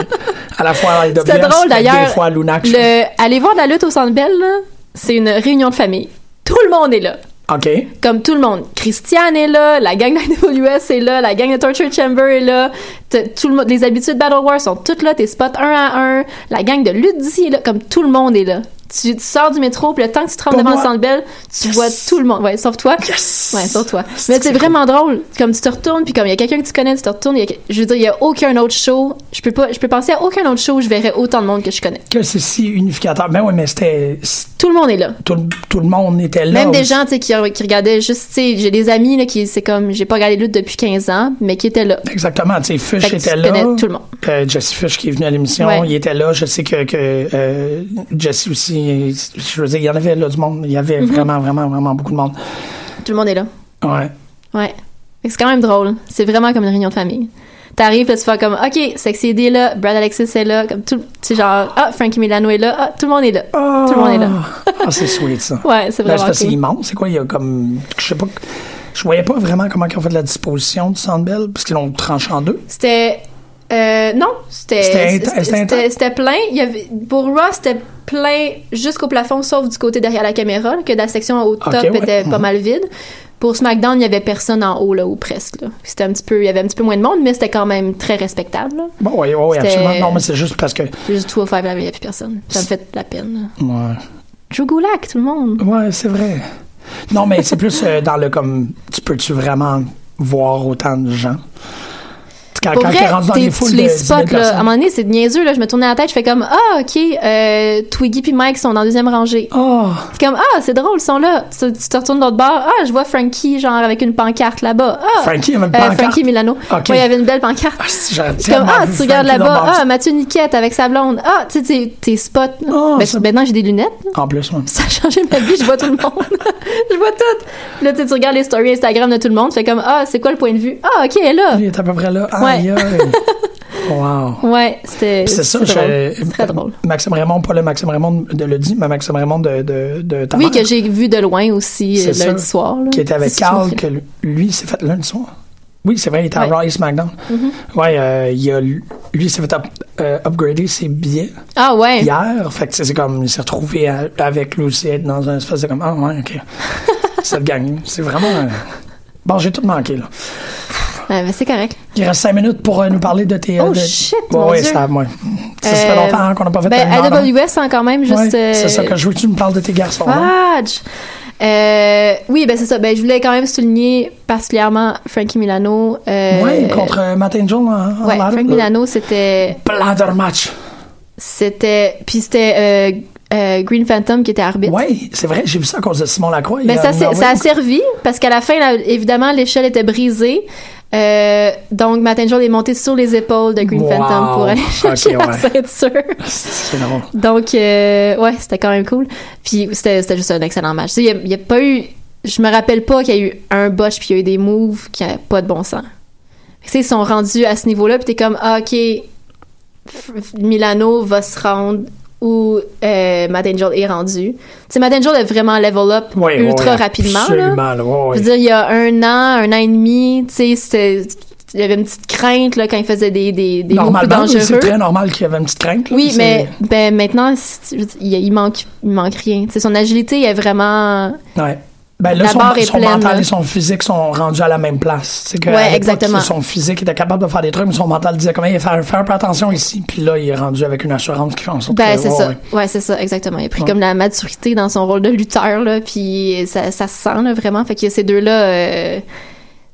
C: À la fois à IWS,
D: C'était drôle,
C: mais
D: d'ailleurs.
C: Des fois à Lunac. je suis-
D: Le, aller voir de la lutte au Centre Bell, là, c'est une réunion de famille. Tout le monde est là.
C: OK.
D: Comme tout le monde. Christiane est là, la gang de l'AWS est là, la gang de Torture Chamber est là, T'as- tout le monde, les habitudes Battle War sont toutes là, tes spots un à un, la gang de Ludzi est là, comme tout le monde est là. Tu, tu sors du métro, puis le temps que tu te rentres
C: Pas
D: devant le
C: moi.
D: Centre Bell, tu vois tout le monde. Ouais, sauf toi.
C: Yes!
D: Ouais, sauf toi.
C: C'est
D: Mais
C: que
D: c'est
C: c'est
D: vraiment drôle. Comme tu te retournes, puis comme il y a quelqu'un que tu connais, tu te retournes. il y a- je veux dire, il y a aucun autre show. Je peux pas. Je peux penser à aucun autre show où je verrais autant de monde que je connais.
C: Que c'est si unificateur. Mais oui, mais c'était. c'est-
D: Tout le monde est là.
C: Tout, le- tout le monde était là.
D: Même des
C: aussi.
D: gens, tu sais, qui, qui regardaient juste, tu sais, j'ai des amis, là, qui, c'est comme, j'ai pas regardé de Lutte depuis 15 ans, mais qui étaient là.
C: Exactement. Tu sais, Fish
D: Fait que tu
C: était là.
D: connais tout le monde.
C: Euh, Jesse Fish qui est venu à l'émission,
D: Ouais.
C: il était là. Je sais que, que euh, Jesse aussi. Je veux dire, il y en avait là du monde. Il y avait
D: Mm-hmm.
C: vraiment, vraiment, vraiment beaucoup de monde.
D: Tout le monde est là.
C: Ouais.
D: Ouais. Fait que c'est quand même drôle. C'est vraiment comme une réunion de famille. T'arrives, là, tu fais comme, OK, Sexy D est là, Brad Alexis est là, comme tout, tu sais, genre, ah, Frankie Milano est là, ah, tout le monde est là. Tout le monde est là.
C: Ah, c'est sweet, ça.
D: Ouais, c'est
C: Ben, c'est
D: vraiment
C: parce que c'est
D: cool.
C: immense. C'est quoi, il y a comme. Je sais pas. Je voyais pas vraiment comment ils ont fait la disposition du Sandbell, parce qu'ils l'ont tranché en deux.
D: C'était. euh, non, c'était.
C: C'était inten-
D: C'était
C: c'était
D: c'était-
C: intense?
D: c'était plein. Il y avait, pour Raw, c'était plein jusqu'au plafond, sauf du côté derrière la caméra, là, que la section au top
C: ouais.
D: était pas
C: Mhm.
D: mal vide. Pour SmackDown, il y avait personne en haut, là, ou presque. là. C'était un petit peu, il y avait un petit peu moins de monde, mais c'était quand même très respectable. là.
C: Bon, oui, oui,
D: C'était-
C: absolument. Non, mais c'est juste parce que.
D: Juste tout au five, il n'y avait plus personne. Ça me fait de la peine.
C: Ouais,
D: Drew Gulak, tout le monde.
C: Ouais, c'est vrai. Non, mais c'est plus euh, dans le comme. Tu peux-tu vraiment voir autant de gens? Quand,
D: Pour
C: quand
D: vrai,
C: t'es rendu dans
D: t'es-
C: les foules
D: tu les
C: de 10 000
D: spots, là. À un
C: personnes.
D: moment donné, c'est niaiseux, là. Je me tournais la tête, je fais comme, ah, ok, euh, Twiggy puis Mike sont dans la deuxième rangée.
C: Oh,
D: C'est comme, ah, c'est drôle, ils sont là. Tu, tu te retournes de l'autre bord, ah, je vois Frankie, genre, avec une pancarte là-bas. Ah,
C: Frankie, il y a même
D: euh,
C: pas
D: Frankie Milano.
C: Ok. Ah,
D: Ouais, il y avait une belle pancarte. C'est comme, ah, tu regardes là-bas, ah, Mathieu Niquette avec sa blonde. Ah, tu sais, tes- tes spots.
C: Oh,
D: Ben,
C: ça-
D: maintenant, j'ai des lunettes.
C: En plus, ouais.
D: Ça a changé ma vie, je vois tout le monde. je vois tout. Là, tu sais, tu regardes les stories Instagram de tout le monde, tu fais comme, ah, c'est quoi le point de vue? Ah, ok, elle est là.
C: Il est à peu près là. Aïe, aïe. Wow.
D: Ouais, c'était.
C: Puis C'est ça,
D: c'était drôle.
C: je-
D: C'est très drôle.
C: Maxime Raymond, pas le Maxime Raymond de Lodi, mais Maxime Raymond de, de, de ta
D: Oui,
C: mère,
D: que j'ai vu de loin aussi euh,
C: C'est
D: lundi
C: ça.
D: soir. là.
C: qui était avec
D: C'est ça,
C: Carl,
D: je me
C: que
D: rappelle.
C: lui- lui s'est fait lundi soir. Oui, c'est vrai, il était à
D: Ouais. Mm-hmm.
C: Raw et SmackDown. Ouais, euh, il a, lui, il s'est fait up- euh, upgrader ses billets
D: Ah, ouais.
C: hier. Fait que tu sais, c'est comme, il s'est retrouvé à- avec Lucette dans un espèce de comme, ah ouais, ok. Cette gang, c'est vraiment. euh, Bon, j'ai tout manqué, là.
D: Ouais, mais c'est correct.
C: Il reste cinq minutes pour euh, nous parler de tes.
D: Oh,
C: de-
D: shit,
C: Ouais,
D: mon
C: ouais,
D: Dieu.
C: ça, ouais. Ça, ça fait
D: Euh,
C: longtemps hein, qu'on n'a pas fait
D: Ben,
C: un heure, hein.
D: AWS, hein, quand même, juste.
C: Ouais,
D: euh,
C: C'est ça que je veux que tu me parles de tes garçons. hein.
D: Fudge! Euh, oui, ben c'est ça. Ben, je voulais quand même souligner particulièrement Frankie Milano. Euh,
C: Oui, contre euh, Matt Angel en, en
D: Ouais,
C: ladder.
D: Frankie Milano, c'était.
C: Bladder match.
D: C'était. Puis c'était euh, euh, Green Phantom qui était arbitre.
C: Oui, c'est vrai, j'ai vu ça à cause de Simon Lacroix.
D: Mais
C: il
D: Ben, ça,
C: a
D: c'est-
C: mis
D: ça a
C: envoyé-
D: servi parce qu'à la fin, là, évidemment, l'échelle était brisée. Euh, donc, Matt Angel est monté sur les épaules de Green
C: Wow.
D: Phantom pour aller chercher
C: Ok,
D: la
C: ouais.
D: ceinture.
C: C'est drôle.
D: Donc, euh, ouais, c'était quand même cool. Puis, c'était c'était juste un excellent match. Tu sais, Il n'y a, il y a pas eu. Je me rappelle pas qu'il y a eu un botch puis il y a eu des moves qui n'avaient pas de bon sens. Tu sais, ils sont rendus à ce niveau-là, puis t'es comme, ah, OK, F- Milano va se rendre où euh, Matt Angel est rendu. Tu sais, Matt Angel est vraiment level up
C: Ouais,
D: ultra
C: ouais,
D: rapidement. là.
C: Absolument, là. ouais, ouais.
D: Je veux dire, il y a un an, un an et demi, tu sais, c'était- il y avait une petite crainte là, quand il faisait des, des, des moves plus
C: Normalement, oui,
D: dangereux.
C: c'est très normal qu'il y avait une petite crainte. là,
D: Oui,
C: c'est-
D: mais ben, maintenant, c'est- je veux dire, il, il manque, il manque rien. Tu sais, son agilité est vraiment.
C: Ouais. Ben là,
D: La
C: son,
D: barre est
C: son
D: pleine,
C: mental
D: là.
C: et son physique sont rendus à la même place. C'est que
D: Ouais,
C: à l'époque,
D: exactement.
C: Son physique était capable de faire des trucs, mais son mental disait comment il faire, faire un peu attention ici. Puis là, il est rendu avec une assurance qui fait en sorte
D: Ben,
C: que,
D: c'est
C: ouais,
D: ça.
C: ouais.
D: Ouais, c'est ça, exactement. Il a pris
C: Ouais.
D: comme la maturité dans son rôle de lutteur, là, puis ça, ça se sent, là, vraiment. Fait que ces deux-là, euh,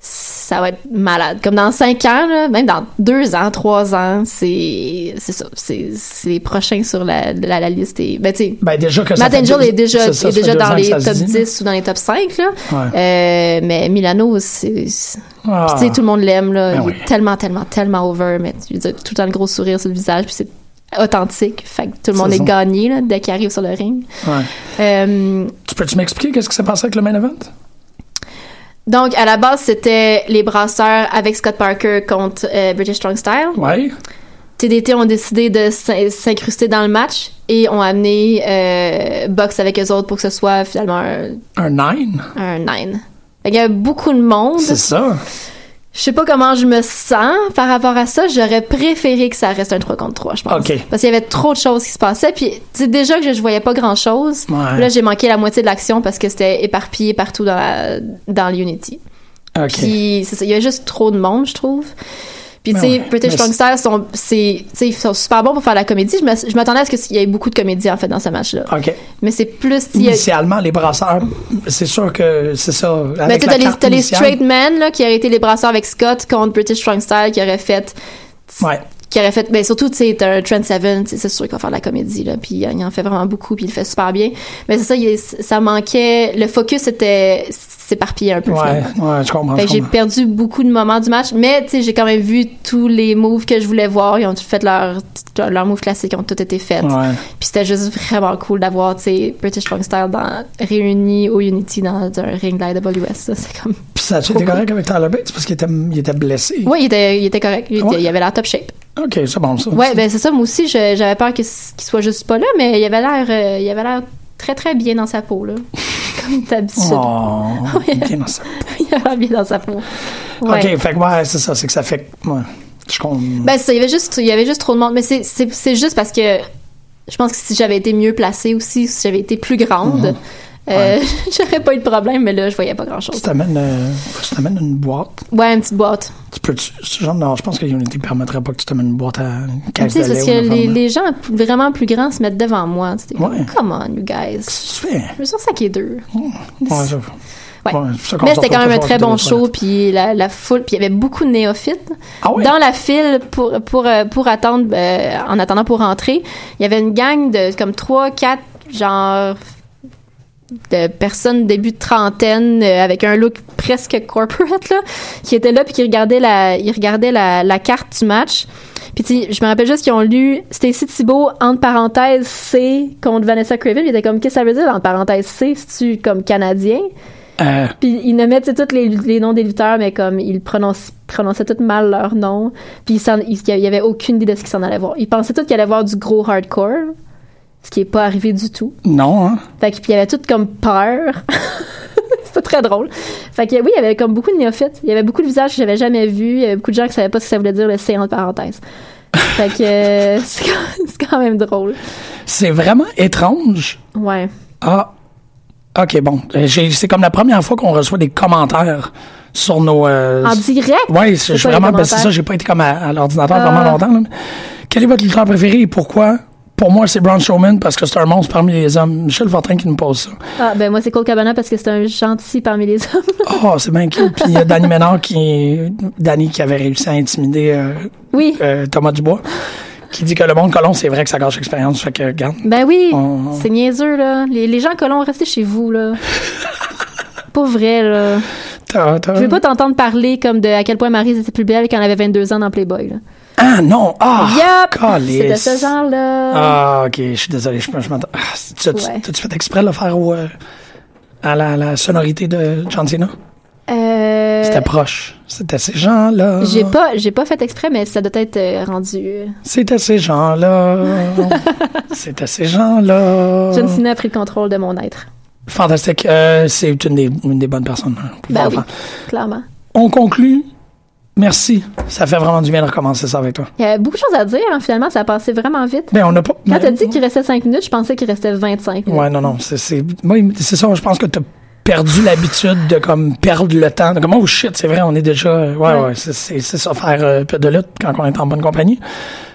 D: ça va être malade. Comme dans cinq ans, là, même dans deux ans, trois ans, c'est c'est ça. C'est c'est les prochains sur la, la, la liste. Et, ben, tu sais,
C: Ben, déjà que ça
D: Matt
C: fait
D: Angel
C: deux-
D: est déjà,
C: c'est ça, ça
D: est
C: fait
D: déjà
C: deux
D: dans
C: ans que
D: les
C: ça se
D: top
C: dit,
D: 10 ou dans les top 5, là.
C: Ouais.
D: Euh, mais Milano, c'est... c'est-
C: Ah.
D: Puis, tu sais, tout le monde l'aime, là.
C: Ben
D: il
C: oui.
D: est tellement, tellement, tellement over, mais tu veux dire, tout le temps le gros sourire sur le visage, puis c'est authentique. Fait que tout le monde
C: C'est
D: est
C: ça.
D: gagné, là, dès qu'il arrive sur le ring.
C: Ouais.
D: Euh,
C: Tu peux-tu m'expliquer qu'est-ce qui s'est passé avec le main event?
D: donc, à la base, c'était les brasseurs avec Scott Parker contre euh, British Strong Style.
C: Oui.
D: TDT ont décidé de s'in- s'incruster dans le match et ont amené euh, Box avec eux autres pour que ce soit finalement un,
C: Un nine.
D: un nine. Fait qu'il y a beaucoup de monde.
C: C'est ça.
D: Je sais pas comment je me sens par rapport à ça. J'aurais préféré que ça reste un 3 contre 3, je pense.
C: Ok.
D: Parce qu'il y avait trop de choses qui se passaient. Puis, tu sais, déjà que je, je voyais pas grand chose.
C: Ouais.
D: Là, j'ai manqué la moitié de l'action parce que c'était éparpillé partout dans, la, dans l'Unity.
C: OK.
D: Puis, c'est ça, il y a juste trop de monde, je trouve. Puis, tu
C: Mais
D: sais,
C: Ben ouais,
D: British
C: mais
D: Strong Style sont, c'est, tu sais, ils sont super bons pour faire la comédie. Je me- Je m'attendais à ce qu'il y ait beaucoup de comédie, en fait, dans ce match-là.
C: OK.
D: Mais c'est plus. il y a-
C: Initialement, les brasseurs, c'est sûr que c'est ça.
D: Mais
C: Avec
D: tu
C: la
D: sais, t'as les,
C: carte
D: t'as les
C: initiale.
D: straight men là, qui auraient été les brasseurs avec Scott contre British Strong Style qui auraient fait.
C: Ouais.
D: Qui aurait fait, ben surtout, tu sais, t'as un Trent Seven, tu sais, c'est sûr qu'il va faire de la comédie, là, puis euh, il en fait vraiment beaucoup, puis il le fait super bien. Mais c'est ça, il est- ça manquait, le focus était s'éparpiller un peu.
C: Ouais,
D: finalement.
C: ouais, je comprends.
D: Fait
C: je
D: que j'ai
C: comprends.
D: perdu beaucoup de moments du match, mais tu sais, j'ai quand même vu tous les moves que je voulais voir, ils ont tout fait leur, leurs moves classiques, ils ont tout été faits.
C: Ouais.
D: Puis c'était juste vraiment cool d'avoir, tu sais, British Strong Style dans, réunis au Unity dans un ring de la AWS, là, c'est comme...
C: Puis ça tu été correct avec Tyler Bates parce qu'il était, il était blessé.
D: Oui, il était, il était correct. Il, était-
C: Ouais.
D: il avait l'air top shape.
C: OK, c'est bon, ça.
D: Ouais, ben c'est ça. Moi aussi, je- j'avais peur que c- qu'il soit juste pas là, mais il avait l'air, euh, il avait l'air très très bien dans sa peau là, comme d'habitude.
C: Oh,
D: Ouais.
C: ok, non, ça-
D: il avait l'air bien dans sa peau. Ouais.
C: OK, fait que ouais, c'est ça, c'est que ça fait. que- Ouais. Je comprends.
D: Ben c'est ça, il y avait juste, il y avait juste trop de monde. Mais c'est, c'est, c'est juste parce que je pense que si j'avais été mieux placée aussi, si j'avais été plus grande,
C: Mhm.
D: euh, j'aurais pas eu de problème. Mais là, je voyais pas grand
C: Tu
D: chose.
C: t'amènes euh, tu t'amènes une boîte.
D: Ouais, une petite boîte.
C: Tu peux. Tu, ce genre, non, je pense que Unity ne permettrait pas que tu t'amènes une boîte à une
D: Tu
C: caisse
D: sais,
C: de
D: c'est
C: lait
D: parce
C: ou
D: que
C: une affaire
D: les,
C: de-
D: les gens plus- vraiment plus grands se mettent devant moi. Tu sais, t'es comme,
C: Ouais.
D: Come on, you guys.
C: Qu'est-ce que tu fais?
D: Je me suis ça qui est deux.
C: Ouais, ça-
D: Ouais.
C: Ouais, c'est ça qu'on
D: Mais c'était
C: ressort
D: quand même
C: toujours
D: un très
C: avec
D: bon
C: des
D: show, puis la, la foule, puis il y avait beaucoup de néophytes.
C: Ah ouais?
D: Dans la file, pour, pour, euh, pour attendre, euh, en attendant pour rentrer, il y avait une gang de comme 3, 4, genre, de personnes début de trentaine, euh, avec un look presque corporate, là, qui étaient là, puis qui regardaient la, ils regardaient la, la carte du match. Puis tu sais, je me rappelle juste qu'ils ont lu Stacy Thibault, entre parenthèses, C contre Vanessa Craven. Ils étaient comme, qu'est-ce que ça veut dire, entre parenthèses, C, c'est-tu comme canadien?
C: Euh,
D: Puis ils nommaient tu sais, tous les, les noms des lutteurs, mais comme ils prononçaient, prononçaient tous mal leurs noms. Puis ils s'en- ils- il y avait aucune idée de ce qu'ils s'en allaient voir. Ils pensaient tous qu'ils allaient voir du gros hardcore, ce qui est pas arrivé du tout.
C: non, hein.
D: Fait que puis il y avait tout comme peur. C'était très drôle. Fait que oui, il y avait comme beaucoup de néophytes. Il y avait beaucoup de visages que j'avais jamais vus. Il y avait beaucoup de gens qui savaient pas ce que ça voulait dire le C entre parenthèses. Fait que euh, c'est quand, c'est quand même drôle.
C: C'est vraiment étrange.
D: Ouais.
C: Ah. OK, bon. Euh, j'ai- C'est comme la première fois qu'on reçoit des commentaires sur nos. euh,
D: En direct.
C: Oui,
D: C'est
C: je suis
D: quoi les
C: vraiment. ben, c'est
D: commentaires?
C: ça, j'ai pas été comme à, à l'ordinateur vraiment
D: Ah.
C: longtemps. là. Quel est votre lutteur préféré et pourquoi? Pour moi, c'est Braun Strowman parce que c'est un monstre parmi les hommes. Michel Fortin qui nous pose ça.
D: Ah, ben moi c'est Cole Cabana parce que c'est un gentil parmi les hommes.
C: Oh, c'est bien cool. Puis il y a Danny Ménard qui. Danny qui avait réussi à intimider euh,
D: Oui.
C: euh, Thomas Dubois qui dit que le monde colon, c'est vrai que ça gâche l'expérience. Fait que, regarde.
D: Ben oui,
C: On-
D: c'est niaiseux, là. Les, les gens colons, restez chez vous, là. Pas vrai, là.
C: t'as- t'as-
D: Je veux pas t'entendre parler comme de à quel point Marie était plus belle quand elle avait 22 ans dans Playboy, là.
C: Ah, non. Ah!
D: Yup! C'est de
C: calice.
D: ce genre-là.
C: Ah, ok, je suis désolé, je, je m'attends. Ah, tu
D: Ouais.
C: tu fait exprès de le faire au, euh, à la, la sonorité de John Cena?
D: Euh,
C: C'était proche. C'était ces gens-là.
D: j'ai pas, j'ai pas fait exprès, mais ça doit être euh, rendu.
C: C'était ces gens-là. C'était ces gens-là.
D: John Cena a pris le contrôle de mon être.
C: Fantastique. Euh, C'est une des, une des bonnes personnes. hein, pour
D: Ben
C: le
D: oui,
C: faire.
D: clairement.
C: On conclut. Merci. Ça fait vraiment du bien de recommencer ça avec toi.
D: Il y avait beaucoup de choses à dire, hein, finalement, ça a passé vraiment vite.
C: Ben, on n'a pas.
D: Quand t'as dit qu'il restait 5 minutes, je pensais qu'il restait 25 minutes.
C: Ouais, non, non. c'est- C'est moi, il- c'est ça, je pense que t'as perdu l'habitude de comme perdre le temps. De, comme, oh shit, c'est vrai, on est déjà. euh, Ouais, ouais,
D: Ouais.
C: c'est- c'est c'est ça, faire euh, peu de lutte quand on est en bonne compagnie.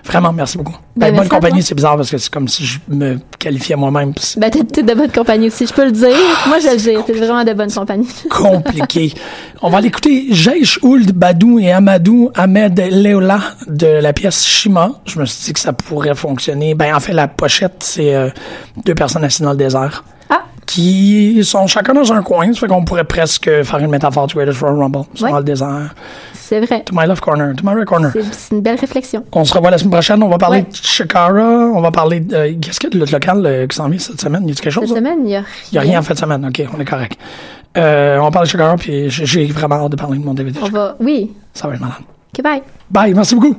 C: Vraiment, merci beaucoup. Ben,
D: Ben,
C: bonne
D: merci à
C: compagnie,
D: toi.
C: c'est bizarre parce que c'est comme si je me qualifiais moi-même. puis C'est
D: Ben, t'es t'es de bonne compagnie aussi, je peux le dire.
C: Ah,
D: Moi, je vais le dire, t'es vraiment de bonne compagnie.
C: compliqué. on va l'écouter Jaish Ould Badou et Amadou Ahmed Leola de la pièce Shima. Je me suis dit que ça pourrait fonctionner. Ben, en fait, la pochette, c'est euh, deux personnes assises dans le désert.
D: Ah,
C: qui sont chacun dans un coin, ça fait qu'on pourrait presque faire une métaphore du Greatest Royal Rumble. Ils sont
D: Ouais.
C: dans le désert.
D: c'est vrai.
C: To my left corner, to my right corner.
D: C'est- C'est une belle réflexion.
C: On se revoit la semaine prochaine, on va parler
D: Ouais.
C: de Shikara, on va parler de... Qu'est-ce qu'il y a de lutte locale euh, qui s'en vient cette semaine? Y a quelque chose?
D: Cette
C: là?
D: semaine, il y a
C: Y
D: rien.
C: a rien en fin de semaine, ok, on est correct. Euh, on parle de Shikara, puis j- j'ai vraiment hâte de parler de mon DVD.
D: On va. Oui.
C: Ça va être malade.
D: OK, bye.
C: Bye, merci beaucoup!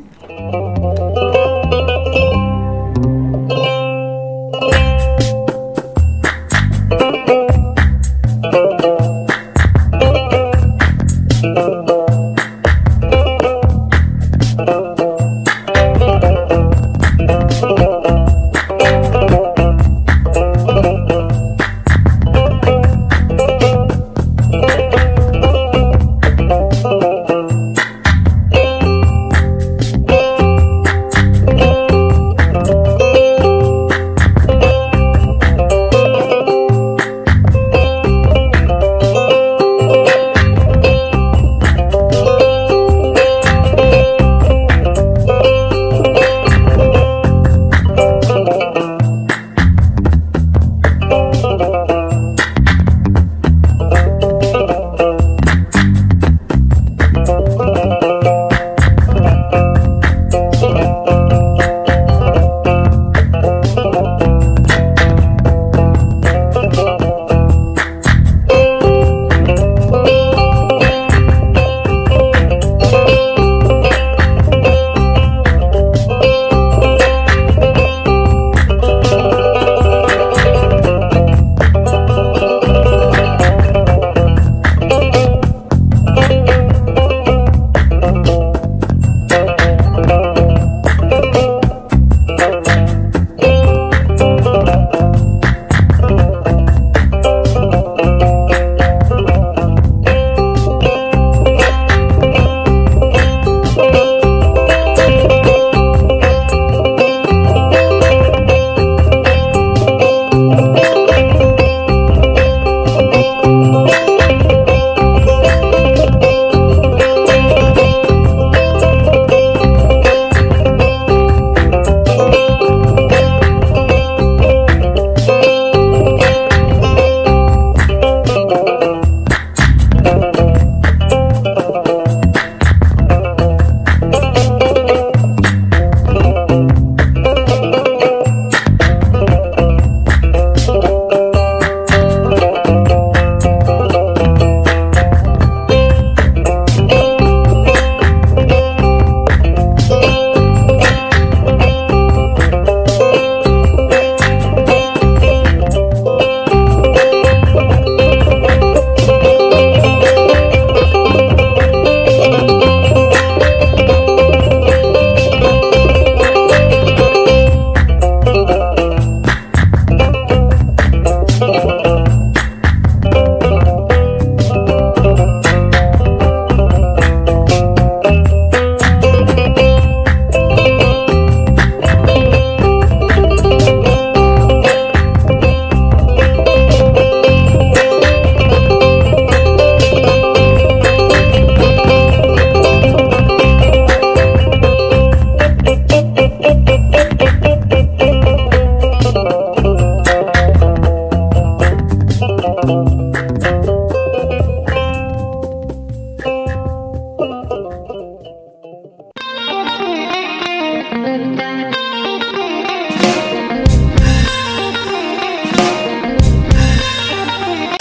F: Bye.